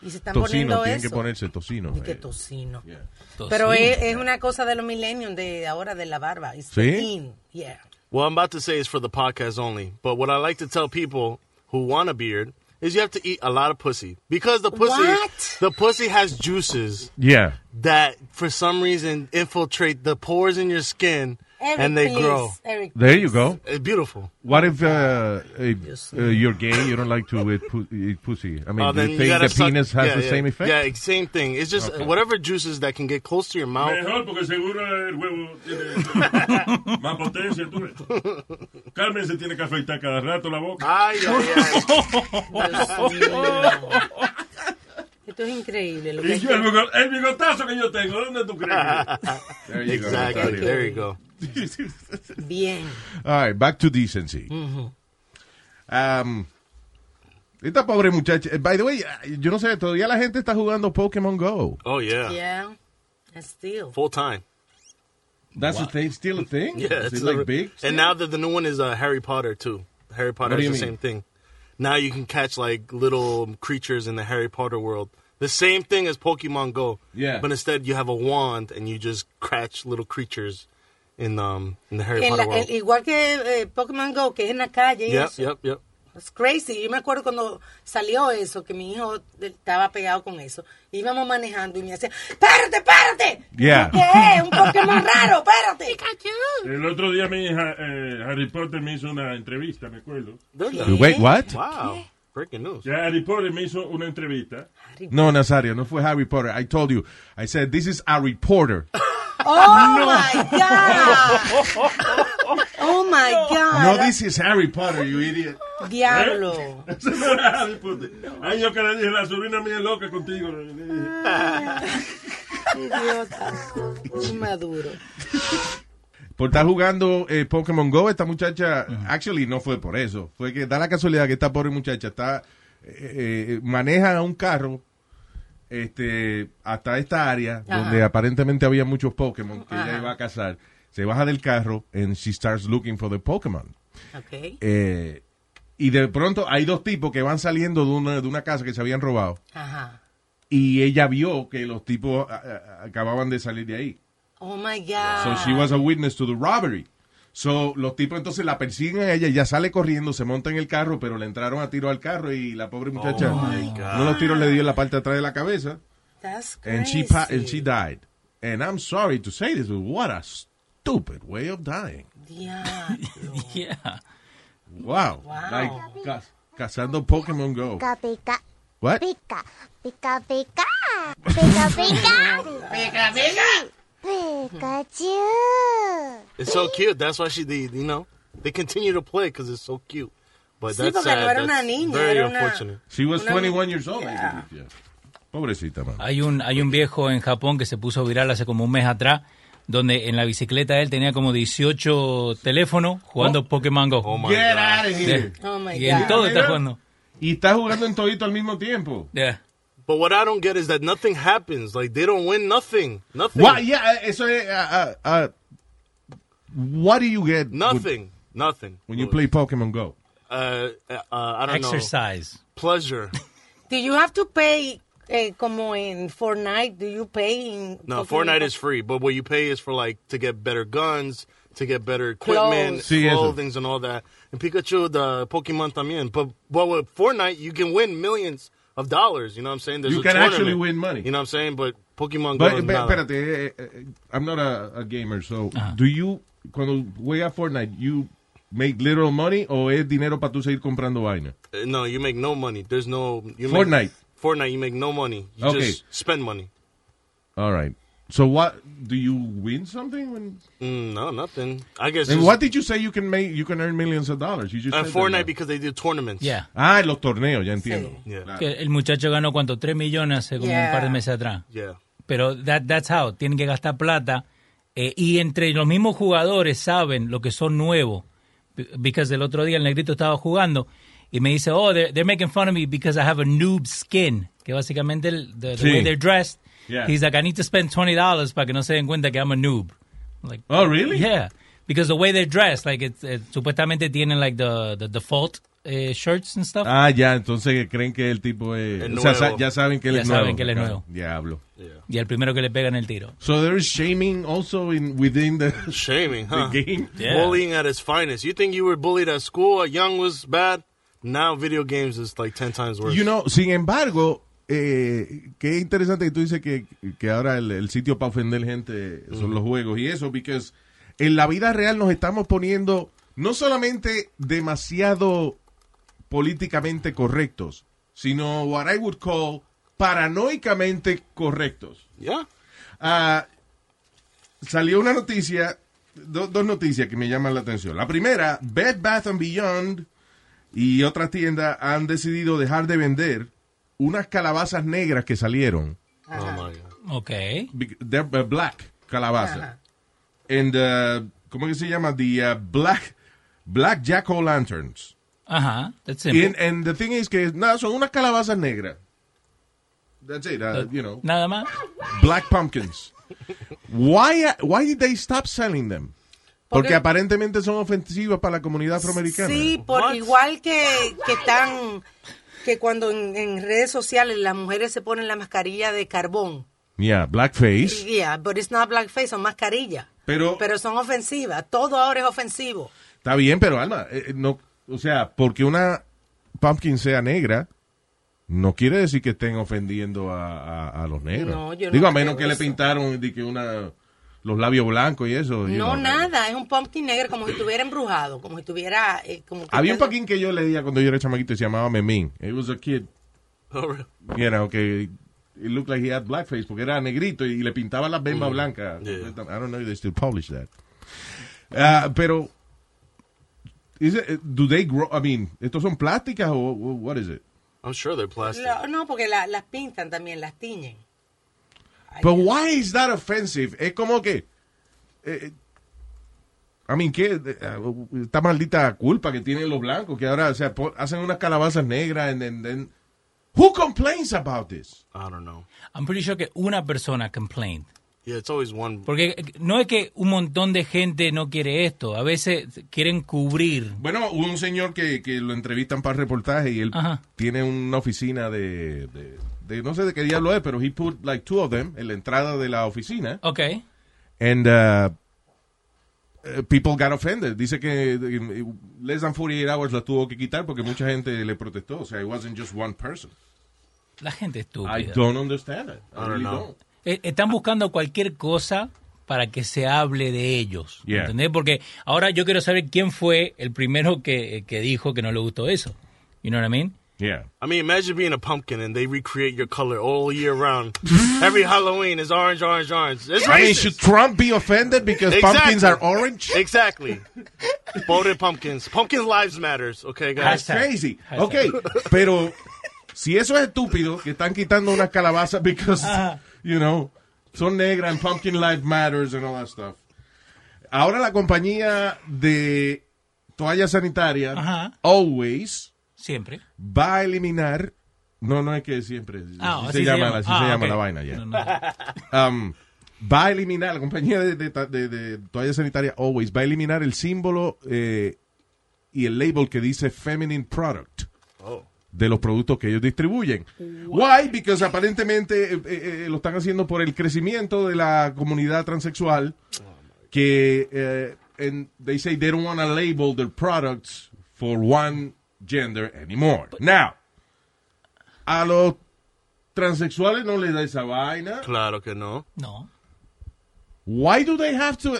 [SPEAKER 6] Y se están
[SPEAKER 3] Tocino,
[SPEAKER 6] poniendo
[SPEAKER 3] tienen que
[SPEAKER 6] eso.
[SPEAKER 3] ponerse tocino.
[SPEAKER 6] Y que
[SPEAKER 3] eh.
[SPEAKER 6] tocino.
[SPEAKER 3] Yeah.
[SPEAKER 6] Pero es, es una cosa de los millennium de ahora de la barba. It's the
[SPEAKER 15] ¿Sí?
[SPEAKER 6] in. Yeah.
[SPEAKER 15] What I'm about to say is for the podcast only, but what I like to tell people who want a beard is you have to eat a lot of pussy because the pussy
[SPEAKER 6] What?
[SPEAKER 15] the pussy has juices
[SPEAKER 3] Yeah.
[SPEAKER 15] that for some reason infiltrate the pores in your skin
[SPEAKER 6] Eric,
[SPEAKER 15] and they
[SPEAKER 6] please.
[SPEAKER 15] grow.
[SPEAKER 6] Eric,
[SPEAKER 3] There you go.
[SPEAKER 15] It's beautiful.
[SPEAKER 3] What if uh, if, uh, you're gay, you don't like to eat, pu- eat pussy? I mean,
[SPEAKER 15] Uh,
[SPEAKER 3] do
[SPEAKER 15] then
[SPEAKER 3] you
[SPEAKER 15] you
[SPEAKER 3] think
[SPEAKER 15] gotta
[SPEAKER 3] the
[SPEAKER 15] suck-
[SPEAKER 3] penis has
[SPEAKER 15] yeah,
[SPEAKER 3] the
[SPEAKER 15] yeah.
[SPEAKER 3] same effect?
[SPEAKER 15] Yeah, ex- same thing. It's just
[SPEAKER 3] Okay.
[SPEAKER 15] whatever juices that can get close to your mouth.
[SPEAKER 7] Mejor porque seguro el huevo tiene más potencia, tú ves. Carmen se tiene que afeitar cada rato la boca.
[SPEAKER 15] Ay, ay,
[SPEAKER 6] Esto es increíble. Lo que
[SPEAKER 7] Y yo el, bigo- el bigotazo que yo tengo, ¿dónde tú crees?
[SPEAKER 15] There you go, Exactly, Natalia. there you go.
[SPEAKER 6] Bien.
[SPEAKER 3] All right, back to decency. Um, esta pobre muchacha, eh, by the way, eh, yo no sé, todavía la gente está jugando Pokémon Go.
[SPEAKER 15] Oh yeah.
[SPEAKER 6] Yeah. And still.
[SPEAKER 15] Full time.
[SPEAKER 3] That's a thing, still a thing?
[SPEAKER 15] Yeah,
[SPEAKER 3] Is
[SPEAKER 15] it's
[SPEAKER 3] it like
[SPEAKER 15] a- Eh,
[SPEAKER 3] big?
[SPEAKER 15] And now that the new one is uh, Harry Potter too. Harry Potter
[SPEAKER 3] What
[SPEAKER 15] is
[SPEAKER 3] do you
[SPEAKER 15] the same
[SPEAKER 3] mean?
[SPEAKER 15] thing. Now you can catch like little creatures in the Harry Potter world. The same thing as Pokemon Go.
[SPEAKER 3] Yeah.
[SPEAKER 15] But instead you have a wand and you just catch little creatures in um in the Harry
[SPEAKER 6] En
[SPEAKER 15] Potter
[SPEAKER 6] la-
[SPEAKER 15] world.
[SPEAKER 6] el- igual que eh, Pokémon Go, que es en la calle. y
[SPEAKER 15] yep,
[SPEAKER 6] eso.
[SPEAKER 15] yep, yep.
[SPEAKER 6] It's crazy. Yo me acuerdo cuando salió eso, que mi hijo estaba pegado con eso. Íbamos manejando y me hacía, ¡párate, párate!
[SPEAKER 3] Yeah.
[SPEAKER 6] ¿Qué es? Un Pokémon raro, párate.
[SPEAKER 7] El otro día mi hija eh, Harry Potter me hizo una entrevista, me acuerdo.
[SPEAKER 3] ¿Qué? Wait, what?
[SPEAKER 15] Wow. Breaking news.
[SPEAKER 7] Ya Harry Potter me hizo una entrevista.
[SPEAKER 3] No, Nazario, no fue Harry Potter. I told you. I said, this is a reporter.
[SPEAKER 6] Oh my God. Oh my
[SPEAKER 3] No,
[SPEAKER 6] God.
[SPEAKER 3] this is Harry Potter, you idiot.
[SPEAKER 6] Diablo.
[SPEAKER 7] Eso no era Harry Potter. Ahí yo que le dije, la sobrina mía es loca contigo. le dije.
[SPEAKER 6] Idiota. Inmaduro.
[SPEAKER 3] Por estar jugando eh, Pokémon Go, esta muchacha, actually no fue por eso. Fue que da la casualidad que esta pobre muchacha está eh, eh, maneja un carro este hasta esta área
[SPEAKER 9] Ajá.
[SPEAKER 3] donde aparentemente había muchos Pokémon que ella
[SPEAKER 9] Ajá.
[SPEAKER 3] iba a cazar. Se baja del carro and she starts looking for the Pokémon.
[SPEAKER 6] Okay.
[SPEAKER 3] Eh, y de pronto hay dos tipos que van saliendo de una, de una casa que se habían robado.
[SPEAKER 6] Ajá.
[SPEAKER 3] Y ella vio que los tipos ah, ah, acababan de salir de ahí.
[SPEAKER 6] Oh my God.
[SPEAKER 3] So she was a witness to the robbery. So los tipos entonces la persiguen a ella, ella sale corriendo, se monta en el carro, pero le entraron a tiro al carro y la pobre muchacha,
[SPEAKER 9] my
[SPEAKER 3] no los tiros le dio en la parte de atrás de la cabeza.
[SPEAKER 6] That's crazy.
[SPEAKER 3] And she, pa- and she died. And I'm sorry to say this, but what a stupid way of dying.
[SPEAKER 6] Diablo.
[SPEAKER 5] yeah.
[SPEAKER 3] Wow.
[SPEAKER 5] Wow.
[SPEAKER 3] Like ca- cazando Pokémon Go.
[SPEAKER 19] Pica, pica.
[SPEAKER 3] What?
[SPEAKER 19] Pica, pica, pica. Pica, pica.
[SPEAKER 6] Pica, pica.
[SPEAKER 19] Pikachu.
[SPEAKER 15] It's so cute. That's why she the you know they continue to play because it's so cute. But
[SPEAKER 6] Sí,
[SPEAKER 15] that's
[SPEAKER 6] porque
[SPEAKER 15] sad.
[SPEAKER 6] no era una
[SPEAKER 15] That's
[SPEAKER 6] niña,
[SPEAKER 15] very
[SPEAKER 6] era una-
[SPEAKER 15] unfortunate.
[SPEAKER 3] She was
[SPEAKER 6] Una-
[SPEAKER 3] 21 years old. I
[SPEAKER 6] Yeah.
[SPEAKER 3] believe, yeah. Pobrecita, man.
[SPEAKER 5] Hay un, hay un viejo en Japón que se puso viral hace como un mes atrás, donde en la bicicleta él tenía como 18 teléfonos jugando Pokémon Go.
[SPEAKER 15] Oh
[SPEAKER 3] my Get God. out of here.
[SPEAKER 6] Oh my
[SPEAKER 5] y en
[SPEAKER 6] God.
[SPEAKER 5] todo
[SPEAKER 3] Mira.
[SPEAKER 5] está jugando.
[SPEAKER 3] Y está jugando en todito al mismo tiempo.
[SPEAKER 5] Yeah.
[SPEAKER 15] But what I don't get is that nothing happens. Like they don't win nothing. Nothing.
[SPEAKER 3] Why? Yeah, eh, eso es. ah, ah, ah, what do you get? with-
[SPEAKER 15] Nothing. Nothing.
[SPEAKER 3] When you play Pokemon Go.
[SPEAKER 15] Uh, uh, I don't know.
[SPEAKER 5] Exercise.
[SPEAKER 15] Pleasure.
[SPEAKER 6] Do you have to pay Eh, como en Fortnite, do you pay in
[SPEAKER 15] No,
[SPEAKER 6] Pokémon?
[SPEAKER 15] Fortnite is free, but what you pay is for like to get better guns, to get better equipment,
[SPEAKER 6] Clothes. Sí, eso.
[SPEAKER 15] clothing, and all that. And Pikachu, the Pokemon también. But but with Fortnite, you can win millions of dollars. You know what I'm saying? There's
[SPEAKER 3] You
[SPEAKER 15] a
[SPEAKER 3] can
[SPEAKER 15] tournament,
[SPEAKER 3] actually win money.
[SPEAKER 15] You know what I'm saying? But Pokemon Go
[SPEAKER 3] But,
[SPEAKER 15] is
[SPEAKER 3] but,
[SPEAKER 15] nada.
[SPEAKER 3] espérate, eh, eh, I'm not a, a gamer, so do you, cuando juegas Fortnite, you make little money o es dinero para tú seguir comprando vaina?
[SPEAKER 15] Uh, No, you make no money. There's no you
[SPEAKER 3] Fortnite.
[SPEAKER 15] Make, Fortnite, you make no money. You
[SPEAKER 3] Okay.
[SPEAKER 15] just spend money.
[SPEAKER 3] All right. So what, do you win something? When,
[SPEAKER 15] Mm, no, nothing. I guess.
[SPEAKER 3] and
[SPEAKER 15] just-
[SPEAKER 3] what did you say you can make, you can earn millions of dollars? You just
[SPEAKER 15] uh,
[SPEAKER 3] said that
[SPEAKER 15] Fortnite
[SPEAKER 3] now.
[SPEAKER 15] because they do tournaments.
[SPEAKER 5] Yeah.
[SPEAKER 3] Ah, los torneos, ya entiendo.
[SPEAKER 15] Yeah.
[SPEAKER 5] Que el muchacho ganó cuánto, 3 millones hace como un
[SPEAKER 15] Yeah.
[SPEAKER 5] par de meses atrás.
[SPEAKER 15] Yeah.
[SPEAKER 5] Pero that, that's how, tienen que gastar plata. eh, y entre los mismos jugadores saben lo que son nuevos. B- Because el otro día el negrito estaba jugando y me dice, oh, they're, they're making fun of me because I have a noob skin. Que básicamente el, the, the
[SPEAKER 3] Sí.
[SPEAKER 5] way they're dressed.
[SPEAKER 3] Yeah.
[SPEAKER 5] He's like, I need to spend $20 para que no se den cuenta que I'm a noob. I'm like,
[SPEAKER 3] Oh, really?
[SPEAKER 5] Yeah. Because the way they're dressed, like, it's, eh, supuestamente tienen, like, the, the default eh, shirts and stuff.
[SPEAKER 3] Ah, ya, entonces creen que el tipo es...
[SPEAKER 5] Es
[SPEAKER 3] o sea,
[SPEAKER 5] nuevo.
[SPEAKER 3] sa- ya saben que él
[SPEAKER 5] Ya
[SPEAKER 3] es nuevo.
[SPEAKER 5] saben que él es
[SPEAKER 3] Ah,
[SPEAKER 5] nuevo.
[SPEAKER 3] Diablo.
[SPEAKER 5] Y el primero que le pegan el tiro.
[SPEAKER 3] So there is shaming also in within the...
[SPEAKER 15] Shaming, huh?
[SPEAKER 3] The game.
[SPEAKER 5] Yeah.
[SPEAKER 15] Bullying at its finest. You think you were bullied at school, at young was bad. Now video games is like 10 times worse.
[SPEAKER 3] You know, sin embargo, eh, qué interesante que tú dices que, que ahora el, el sitio para ofender gente son los juegos y eso, porque en la vida real nos estamos poniendo no solamente demasiado políticamente correctos, sino what I would call paranoicamente correctos.
[SPEAKER 15] Yeah.
[SPEAKER 3] Ah, salió una noticia, do- dos noticias que me llaman la atención. La primera, Bed Bath and Beyond y otras tiendas han decidido dejar de vender unas calabazas negras que salieron.
[SPEAKER 15] Oh my god.
[SPEAKER 5] Ok.
[SPEAKER 3] Bec- They're uh, black calabaza. And, uh, ¿cómo que se llama? The uh, black, black jack o' lanterns.
[SPEAKER 5] Ajá, that's simple.
[SPEAKER 3] And, and the thing is que, nada, son unas calabazas negras. That's it, uh, you know.
[SPEAKER 5] Nada más.
[SPEAKER 3] Black pumpkins. Why, why did they stop selling them? Porque
[SPEAKER 6] Porque-
[SPEAKER 3] aparentemente son ofensivas para la comunidad afroamericana.
[SPEAKER 6] Sí, por igual que, que están, que cuando en, en redes sociales las mujeres se ponen la mascarilla de carbón.
[SPEAKER 3] Yeah, blackface.
[SPEAKER 6] Yeah, but it's not blackface, son mascarillas.
[SPEAKER 3] Pero
[SPEAKER 6] Pero son ofensivas, todo ahora es ofensivo.
[SPEAKER 3] está bien, pero Alma, eh, eh, no, o sea, porque una pumpkin sea negra, no quiere decir que estén ofendiendo a, a- a los negros.
[SPEAKER 6] No, yo no
[SPEAKER 3] Digo, a
[SPEAKER 6] creo
[SPEAKER 3] menos que le
[SPEAKER 6] eso.
[SPEAKER 3] pintaron de que una, los labios blancos y eso. you
[SPEAKER 6] No,
[SPEAKER 3] know.
[SPEAKER 6] nada, es un pumpkin negro como si estuviera embrujado, como si estuviera... eh, como que
[SPEAKER 3] Había un paquín que yo leía cuando yo era chamaquito y se llamaba Memín. It was a kid.
[SPEAKER 15] Oh, really?
[SPEAKER 3] You know, que it looked like he had blackface porque era negrito y le pintaba las bembas blancas. I don't know if they still publish that. Ah, pero, is it- do they grow, I mean, ¿estos son plásticas o o what is it?
[SPEAKER 15] I'm sure they're plastic.
[SPEAKER 6] Lo- no, porque la- las pintan también, las tiñen.
[SPEAKER 3] But why is that offensive? Es como que, eh, I mean, que esta maldita culpa que tienen los blancos que ahora, o sea, po- hacen unas calabazas negras and then- then- who complains about this?
[SPEAKER 15] I don't know.
[SPEAKER 5] I'm pretty sure que una persona complained.
[SPEAKER 15] Yeah, it's always one.
[SPEAKER 5] Porque eh, no es que un montón de gente no quiere esto. A veces quieren cubrir.
[SPEAKER 3] Bueno, hubo un señor que, que lo entrevistan para el reportaje y él
[SPEAKER 5] Ajá.
[SPEAKER 3] tiene una oficina de, de- de- no sé de qué diablo es, pero he put like two of them en la entrada de la oficina.
[SPEAKER 5] Ok.
[SPEAKER 3] And uh, uh, people got offended. Dice que in less than 48 hours la tuvo que quitar porque mucha gente le protestó. O sea, it wasn't just one person.
[SPEAKER 5] La gente estúpida.
[SPEAKER 3] I don't understand it. I,
[SPEAKER 5] Oh, I don't
[SPEAKER 3] really
[SPEAKER 5] know.
[SPEAKER 3] don't.
[SPEAKER 5] Eh, Están buscando cualquier cosa para que se hable de ellos.
[SPEAKER 3] Yeah.
[SPEAKER 5] ¿Entendés? Porque ahora yo quiero saber quién fue el primero que, eh, que dijo que no le gustó eso. You know what I mean?
[SPEAKER 3] Yeah.
[SPEAKER 15] I mean, imagine being a pumpkin and they recreate your color all year round. Every Halloween is orange, orange, orange. It's
[SPEAKER 3] I mean,
[SPEAKER 15] racist.
[SPEAKER 3] should Trump be offended because
[SPEAKER 15] Exactly.
[SPEAKER 3] pumpkins are orange?
[SPEAKER 15] Exactly. Voted pumpkins. Pumpkin lives matters. Okay, guys.
[SPEAKER 3] That's crazy. Okay, pero si eso es estúpido, que están quitando unas calabazas because,
[SPEAKER 15] Ajá.
[SPEAKER 3] you know, son negras and pumpkin life matters and all that stuff. Ahora la compañía de toalla sanitaria,
[SPEAKER 5] Ajá.
[SPEAKER 3] Always,
[SPEAKER 5] Siempre.
[SPEAKER 3] va a eliminar, no, no es que siempre,
[SPEAKER 5] Ah,
[SPEAKER 3] así
[SPEAKER 5] así
[SPEAKER 3] se,
[SPEAKER 5] se
[SPEAKER 3] llama,
[SPEAKER 5] llama.
[SPEAKER 3] así
[SPEAKER 5] Ah,
[SPEAKER 3] se llama
[SPEAKER 5] ok.
[SPEAKER 3] la vaina ya.
[SPEAKER 5] No, no.
[SPEAKER 3] Um, va a eliminar, la compañía de, de, de- de toalla sanitaria Always va a eliminar el símbolo eh, y el label que dice Feminine Product
[SPEAKER 15] Oh.
[SPEAKER 3] de los productos que ellos distribuyen. Why? Because aparentemente eh, eh, eh, lo están haciendo por el crecimiento de la comunidad transexual que eh, and they say they don't want to label their products for one gender anymore. Now, a los transexuales no les da esa vaina.
[SPEAKER 15] Claro que no.
[SPEAKER 5] No.
[SPEAKER 3] Why do they have to?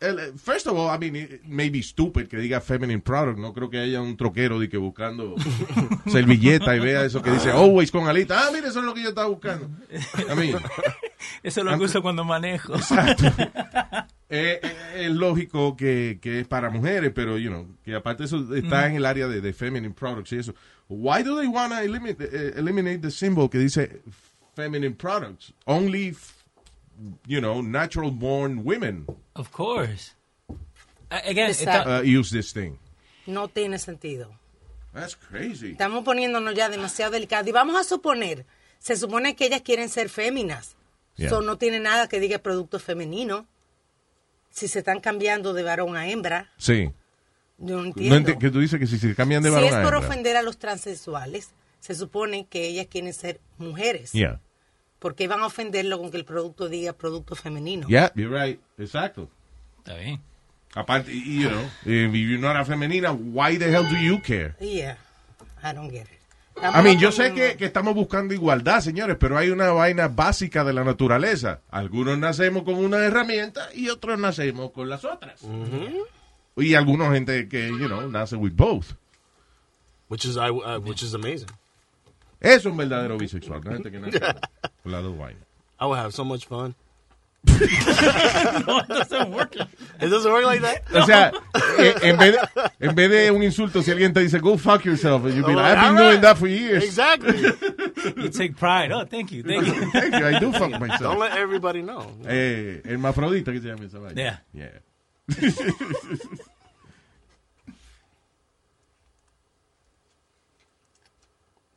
[SPEAKER 3] el- First of all, I mean, it may be stupid que diga feminine product. No creo que haya un troquero de que buscando servilleta y vea eso que dice always con alita. Ah, mire, eso es lo que yo estaba buscando. I mean,
[SPEAKER 5] Eso es lo que uso cuando manejo.
[SPEAKER 3] eh, eh, es lógico que, que es para mujeres, pero, you know, que aparte eso está
[SPEAKER 5] Ujú.
[SPEAKER 3] en el área de, de feminine products y eso. Why do they want to eliminate, eh, eliminate the symbol que dice feminine products? Only, f- you know, natural born women
[SPEAKER 5] Of course. A- Again,
[SPEAKER 6] Exacto.
[SPEAKER 5] está-
[SPEAKER 3] uh, use this thing.
[SPEAKER 6] No tiene sentido.
[SPEAKER 3] That's crazy.
[SPEAKER 6] Estamos poniéndonos ya demasiado delicados. Y vamos a suponer, se supone que ellas quieren ser féminas.
[SPEAKER 3] Yeah.
[SPEAKER 6] So, no tiene nada que diga producto femenino. Si se están cambiando de varón a hembra,
[SPEAKER 3] Sí.
[SPEAKER 6] yo no entiendo.
[SPEAKER 3] No enti- que tú dices que si se cambian de
[SPEAKER 6] si
[SPEAKER 3] varón
[SPEAKER 6] es
[SPEAKER 3] ah, a
[SPEAKER 6] por
[SPEAKER 3] hembra.
[SPEAKER 6] ofender a los transexuales, se supone que ellas quieren ser mujeres.
[SPEAKER 3] Yeah.
[SPEAKER 6] Porque van a ofenderlo con que el producto diga producto femenino.
[SPEAKER 3] Yeah, you're right. Exacto.
[SPEAKER 5] Está bien.
[SPEAKER 3] Aparte, you know, if you're not a femenina, why the hell do you care?
[SPEAKER 6] Yeah. I don't get it.
[SPEAKER 3] I mean, yo
[SPEAKER 6] Estamos
[SPEAKER 3] sé que, que estamos buscando igualdad, señores, pero hay una vaina básica de la naturaleza. Algunos nacemos con una herramienta y otros nacemos con las otras. Y algunos gente que, you know, nace with both.
[SPEAKER 15] Which is I, I- which is amazing.
[SPEAKER 3] Eso es un verdadero bisexual. ¿no? Gente que nace con las dos vainas.
[SPEAKER 15] I would have so much fun.
[SPEAKER 14] no, it doesn't work.
[SPEAKER 15] It doesn't work like that.
[SPEAKER 3] O sea, eh, en, vez de, en vez de un insulto, si alguien te dice, go fuck yourself, you'd be like, I've been doing that for years.
[SPEAKER 15] Exactly.
[SPEAKER 5] you take pride. Oh, thank you. Thank you.
[SPEAKER 3] Thank you, I do fuck myself.
[SPEAKER 15] Don't let everybody know.
[SPEAKER 3] Eh, hermafrodita, ¿qué se llama esa vaina?
[SPEAKER 15] Yeah.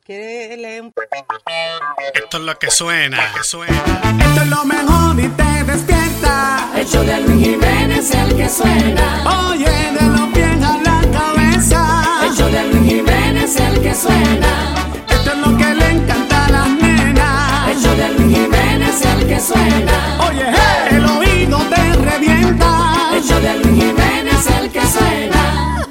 [SPEAKER 6] ¿Quiere leer un
[SPEAKER 20] Esto es lo que suena. que suena.
[SPEAKER 14] Esto es lo mejor y te despierta. El show de Luis Jiménez el que suena. Oye, de los pies a la cabeza. El show de Luis Jiménez el que suena. Esto es lo que le encanta a las nenas. El show de Luis Jiménez el que suena. Oye, hey, el oído te revienta. El show de Luis Jiménez el que suena.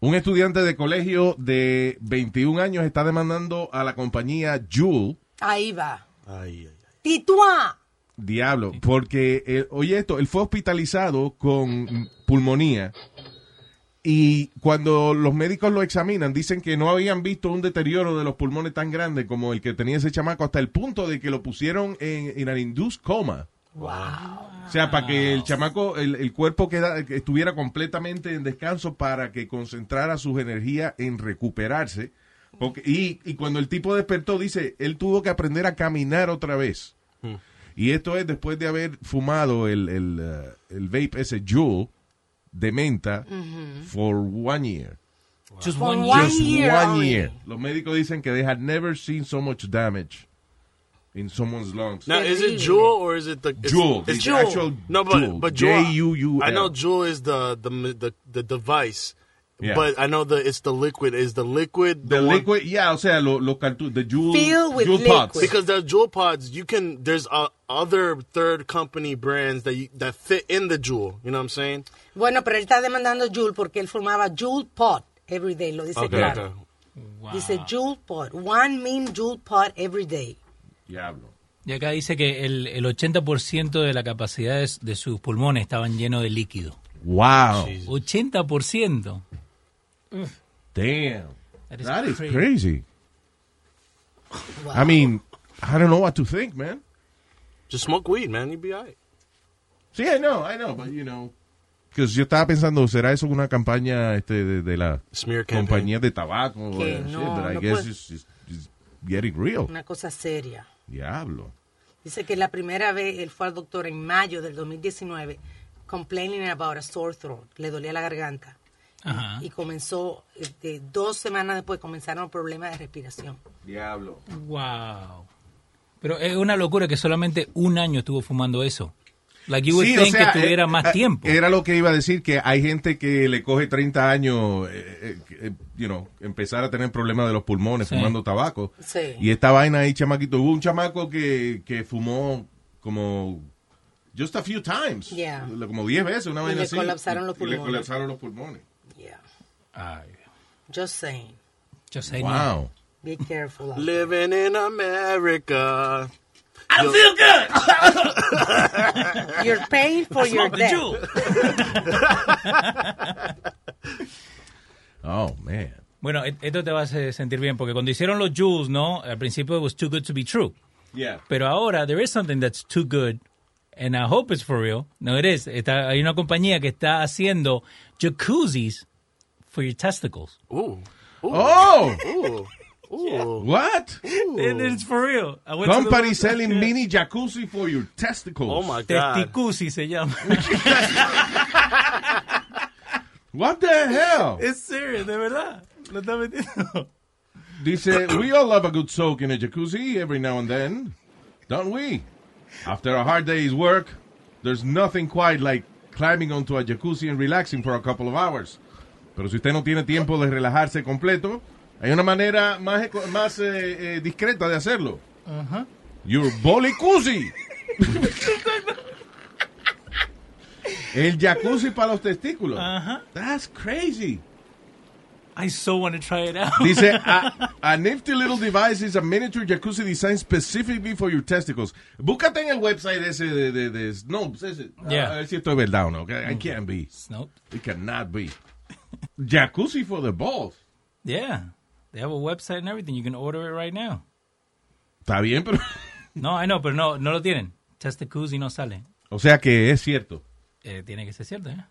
[SPEAKER 3] Un estudiante de colegio de 21 años está demandando a la compañía Jewel,
[SPEAKER 6] Ahí va. Tituá.
[SPEAKER 3] diablo, porque, eh, oye esto, él fue hospitalizado con pulmonía y cuando los médicos lo examinan dicen que no habían visto un deterioro de los pulmones tan grande como el que tenía ese chamaco hasta el punto de que lo pusieron en, en an induced coma. O sea, para que el chamaco, el, el cuerpo queda, que estuviera completamente en descanso para que concentrara sus energías en recuperarse. Porque- y, y cuando el tipo despertó, dice, él tuvo que aprender a caminar otra vez.
[SPEAKER 14] Hmm.
[SPEAKER 3] Y esto es después de haber fumado el, el, eh, el vape ese Juul de menta
[SPEAKER 14] Ujú.
[SPEAKER 3] for one year.
[SPEAKER 5] Just
[SPEAKER 14] For one year.
[SPEAKER 3] Just
[SPEAKER 14] one year
[SPEAKER 3] one
[SPEAKER 14] only.
[SPEAKER 3] year. Los médicos dicen que they had never seen so much damage in someone's lungs.
[SPEAKER 15] Now, is it Jewel or is it the it's-
[SPEAKER 3] Juul.
[SPEAKER 15] It's
[SPEAKER 3] It's actual
[SPEAKER 15] No, but
[SPEAKER 3] Juul.
[SPEAKER 15] but Juul.
[SPEAKER 3] J-U-U-L.
[SPEAKER 15] I know Jewel is the the the, the device,
[SPEAKER 3] Yeah.
[SPEAKER 15] but I know the it's the liquid. Is the liquid
[SPEAKER 3] The
[SPEAKER 15] the one-
[SPEAKER 3] liquid, yeah, o sea, lo- los cartuchos, the Juul, Juul pods.
[SPEAKER 15] Because the jewel pods, you can. There's uh, other third company brands that you, that fit in the jewel. You know what I'm saying?
[SPEAKER 6] Bueno, pero él está demandando Jule porque él fumaba Jule pot every day. Lo dice
[SPEAKER 15] Okay,
[SPEAKER 6] claro.
[SPEAKER 15] okay.
[SPEAKER 6] Dice Jule pot. One mean Jule pot every day.
[SPEAKER 3] Diablo.
[SPEAKER 5] Y acá dice que el, el 80% de la capacidad de, de sus pulmones estaban llenos de líquido.
[SPEAKER 3] Wow.
[SPEAKER 5] 80%.
[SPEAKER 3] Damn.
[SPEAKER 5] That is
[SPEAKER 3] That is
[SPEAKER 5] crazy.
[SPEAKER 3] crazy. I mean, I don't know what to think, man.
[SPEAKER 15] Just smoke weed, man. You'll be alright.
[SPEAKER 3] Sí, I know, I know, but you know. Que yo estaba pensando, ¿será eso una campaña este, de, de la
[SPEAKER 15] Smear campaign.
[SPEAKER 3] compañía de tabaco? o
[SPEAKER 6] Que
[SPEAKER 3] de shit,
[SPEAKER 6] no,
[SPEAKER 3] but I
[SPEAKER 6] no
[SPEAKER 3] guess
[SPEAKER 6] puede-
[SPEAKER 3] it's, it's- it's getting real.
[SPEAKER 6] Una cosa seria.
[SPEAKER 3] Diablo.
[SPEAKER 6] Dice que la primera vez él fue al doctor en mayo del 2019 complaining about a sore throat. Le dolía la garganta.
[SPEAKER 5] Ajá.
[SPEAKER 6] Y comenzó, este, dos semanas después comenzaron problemas de respiración.
[SPEAKER 3] Diablo.
[SPEAKER 5] Wow. Pero es una locura que solamente un año estuvo fumando eso. Like you would
[SPEAKER 3] Sí, o
[SPEAKER 5] think
[SPEAKER 3] sea,
[SPEAKER 5] que tuviera
[SPEAKER 3] eh,
[SPEAKER 5] más
[SPEAKER 3] eh,
[SPEAKER 5] tiempo.
[SPEAKER 3] Era lo que iba a decir, que hay gente que le coge 30 años, eh, eh, eh, you know, empezar a tener problemas de los pulmones
[SPEAKER 21] Sí.
[SPEAKER 3] fumando tabaco.
[SPEAKER 21] Sí.
[SPEAKER 3] Y esta vaina ahí, chamaquito, hubo un chamaco que, que fumó como just a few times,
[SPEAKER 6] Yeah.
[SPEAKER 3] como 10 veces, una
[SPEAKER 6] Y
[SPEAKER 3] vaina
[SPEAKER 6] le
[SPEAKER 3] así.
[SPEAKER 6] colapsaron los
[SPEAKER 3] Y le
[SPEAKER 6] pulmones.
[SPEAKER 3] colapsaron los pulmones.
[SPEAKER 6] Just saying.
[SPEAKER 5] Just
[SPEAKER 15] saying. Wow.
[SPEAKER 6] Be careful.
[SPEAKER 15] Living in America.
[SPEAKER 6] I
[SPEAKER 15] Yo-
[SPEAKER 6] feel good. You're paying for
[SPEAKER 15] I
[SPEAKER 6] your
[SPEAKER 15] smoked a
[SPEAKER 6] debt.
[SPEAKER 15] jewel.
[SPEAKER 3] Oh, man.
[SPEAKER 5] Bueno, et- esto te va a hacer sentir bien, porque cuando hicieron los Jules, ¿no? Al principio it was too good to be true.
[SPEAKER 3] Yeah.
[SPEAKER 5] Pero ahora, there is something that's too good, and I hope it's for real. No, it is. Está, hay una compañía que está haciendo jacuzzis for your testicles.
[SPEAKER 3] Oh!
[SPEAKER 15] Ooh. Ooh.
[SPEAKER 3] What?
[SPEAKER 5] It is for real. I went to the
[SPEAKER 3] Company
[SPEAKER 5] website.
[SPEAKER 3] selling mini jacuzzi for your testicles.
[SPEAKER 5] Oh, my God. Testicuzzi se llama.
[SPEAKER 3] What the hell?
[SPEAKER 5] Es serio, de verdad. Lo está metiendo.
[SPEAKER 3] Dice, we all love a good soak in a jacuzzi every now and then, don't we? After a hard day's work, there's nothing quite like climbing onto a jacuzzi and relaxing for a couple of hours. Pero si usted no tiene tiempo de relajarse completo, hay una manera más, eco- más eh, eh, discreta de hacerlo.
[SPEAKER 5] Ajá.
[SPEAKER 3] Your bolicuzzi. El jacuzzi para los testículos.
[SPEAKER 5] Ah.
[SPEAKER 3] That's crazy.
[SPEAKER 5] I so want to try it out.
[SPEAKER 3] Dice, ah. a, a nifty little device is a miniature jacuzzi designed specifically for your testicles. Búscate en el website ese de, de, de Snopes, ese. A-
[SPEAKER 5] Yeah. Mm.
[SPEAKER 3] A ver si esto es verdad o no. okay? I can't be.
[SPEAKER 5] Snopes.
[SPEAKER 3] It cannot be. Jacuzzi for the balls.
[SPEAKER 5] Yeah. They have a website and everything. You can order it right now.
[SPEAKER 3] Está bien, pero...
[SPEAKER 5] No, I know, pero no, no lo tienen. Testicuzzi no sale.
[SPEAKER 3] O sea que es cierto.
[SPEAKER 5] Eh, tiene que ser cierto, ¿eh?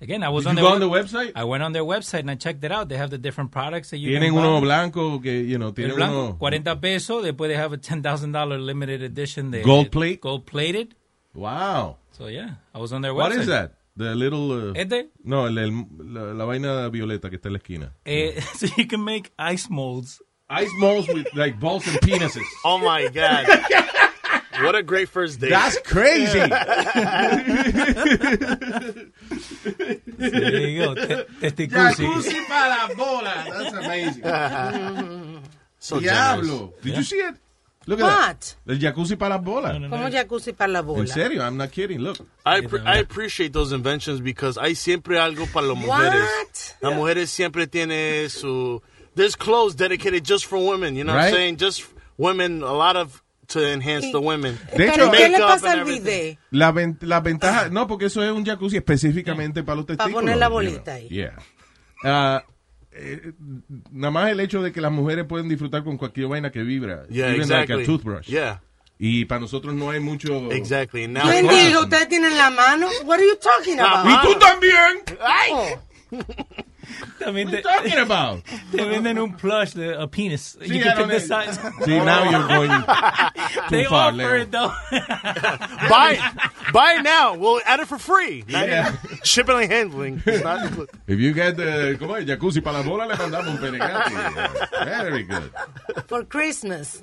[SPEAKER 5] Again, I was
[SPEAKER 3] Did
[SPEAKER 5] on
[SPEAKER 3] you
[SPEAKER 5] their,
[SPEAKER 3] go on
[SPEAKER 5] web-
[SPEAKER 3] the website?
[SPEAKER 5] I went on their website and I checked it out. They have the different products that you
[SPEAKER 3] Tienen
[SPEAKER 5] can buy.
[SPEAKER 3] uno blanco que, you know,
[SPEAKER 5] El
[SPEAKER 3] tienen
[SPEAKER 5] blanco,
[SPEAKER 3] uno...
[SPEAKER 5] 40 pesos. Después they have a $10,000 limited edition. De,
[SPEAKER 3] Gold plate?
[SPEAKER 5] Gold plated.
[SPEAKER 3] Wow.
[SPEAKER 5] So, yeah, I was on their
[SPEAKER 3] What
[SPEAKER 5] website.
[SPEAKER 3] is that? The little... uh,
[SPEAKER 5] Este.
[SPEAKER 3] No, el- el- la, la vaina violeta que está en la esquina.
[SPEAKER 5] Eh, so you can make ice molds.
[SPEAKER 3] Ice molds with like balls and penises.
[SPEAKER 15] Oh my God. what a great first date.
[SPEAKER 3] That's crazy.
[SPEAKER 5] There you go. Te- testicuzzi.
[SPEAKER 3] Jacuzzi para las bolas. That's amazing.
[SPEAKER 15] So
[SPEAKER 3] Diablo.
[SPEAKER 15] generous.
[SPEAKER 3] Did
[SPEAKER 15] Yeah.
[SPEAKER 3] you see it? Look at
[SPEAKER 6] What?
[SPEAKER 3] that. El jacuzzi para las bolas.
[SPEAKER 6] Como jacuzzi para la bola.
[SPEAKER 3] En serio, I'm not kidding. Look.
[SPEAKER 15] I, pre- I appreciate those inventions because hay siempre algo para las mujeres. Las mujeres siempre tiene su. There's clothes dedicated just for women, you know what I'm
[SPEAKER 3] Right.
[SPEAKER 15] saying? Just women, a lot of to enhance the women.
[SPEAKER 3] De hecho-
[SPEAKER 6] ¿qué le
[SPEAKER 15] Makeup
[SPEAKER 6] pasa al
[SPEAKER 15] and everything.
[SPEAKER 6] bidet?
[SPEAKER 3] La, ven- la ventaja, no, porque eso es un jacuzzi específicamente para los testículos.
[SPEAKER 6] poner la
[SPEAKER 3] you know.
[SPEAKER 6] bolita ahí.
[SPEAKER 3] Yeah. Ah, eh, nada más el hecho de que las mujeres pueden disfrutar con cualquier vaina que vibra.
[SPEAKER 15] Yeah,
[SPEAKER 3] Even like
[SPEAKER 15] exactly.
[SPEAKER 3] a toothbrush.
[SPEAKER 15] Yeah.
[SPEAKER 3] Y para nosotros no hay mucho...
[SPEAKER 15] Exactly. Now
[SPEAKER 6] ¿Quién dijo ustedes tienen la mano? What are you talking
[SPEAKER 15] La
[SPEAKER 6] about?
[SPEAKER 15] mano. Y tú
[SPEAKER 3] también.
[SPEAKER 6] Ay.
[SPEAKER 5] También te,
[SPEAKER 3] talking about?
[SPEAKER 5] Te venden un plush, de, a penis.
[SPEAKER 3] Sí,
[SPEAKER 5] you
[SPEAKER 3] I don't
[SPEAKER 5] can pick the
[SPEAKER 3] need-
[SPEAKER 5] size.
[SPEAKER 3] See, now you're going too
[SPEAKER 5] They
[SPEAKER 3] far,
[SPEAKER 5] offer
[SPEAKER 3] Leo.
[SPEAKER 5] it, though.
[SPEAKER 15] buy, buy now. We'll add it for free.
[SPEAKER 3] Yeah.
[SPEAKER 15] Shipping and handling. is not included.
[SPEAKER 3] If you get the, ¿cómo es? Jacuzzi para las bolas, le mandamos un pene gratis. Very good.
[SPEAKER 6] For Christmas.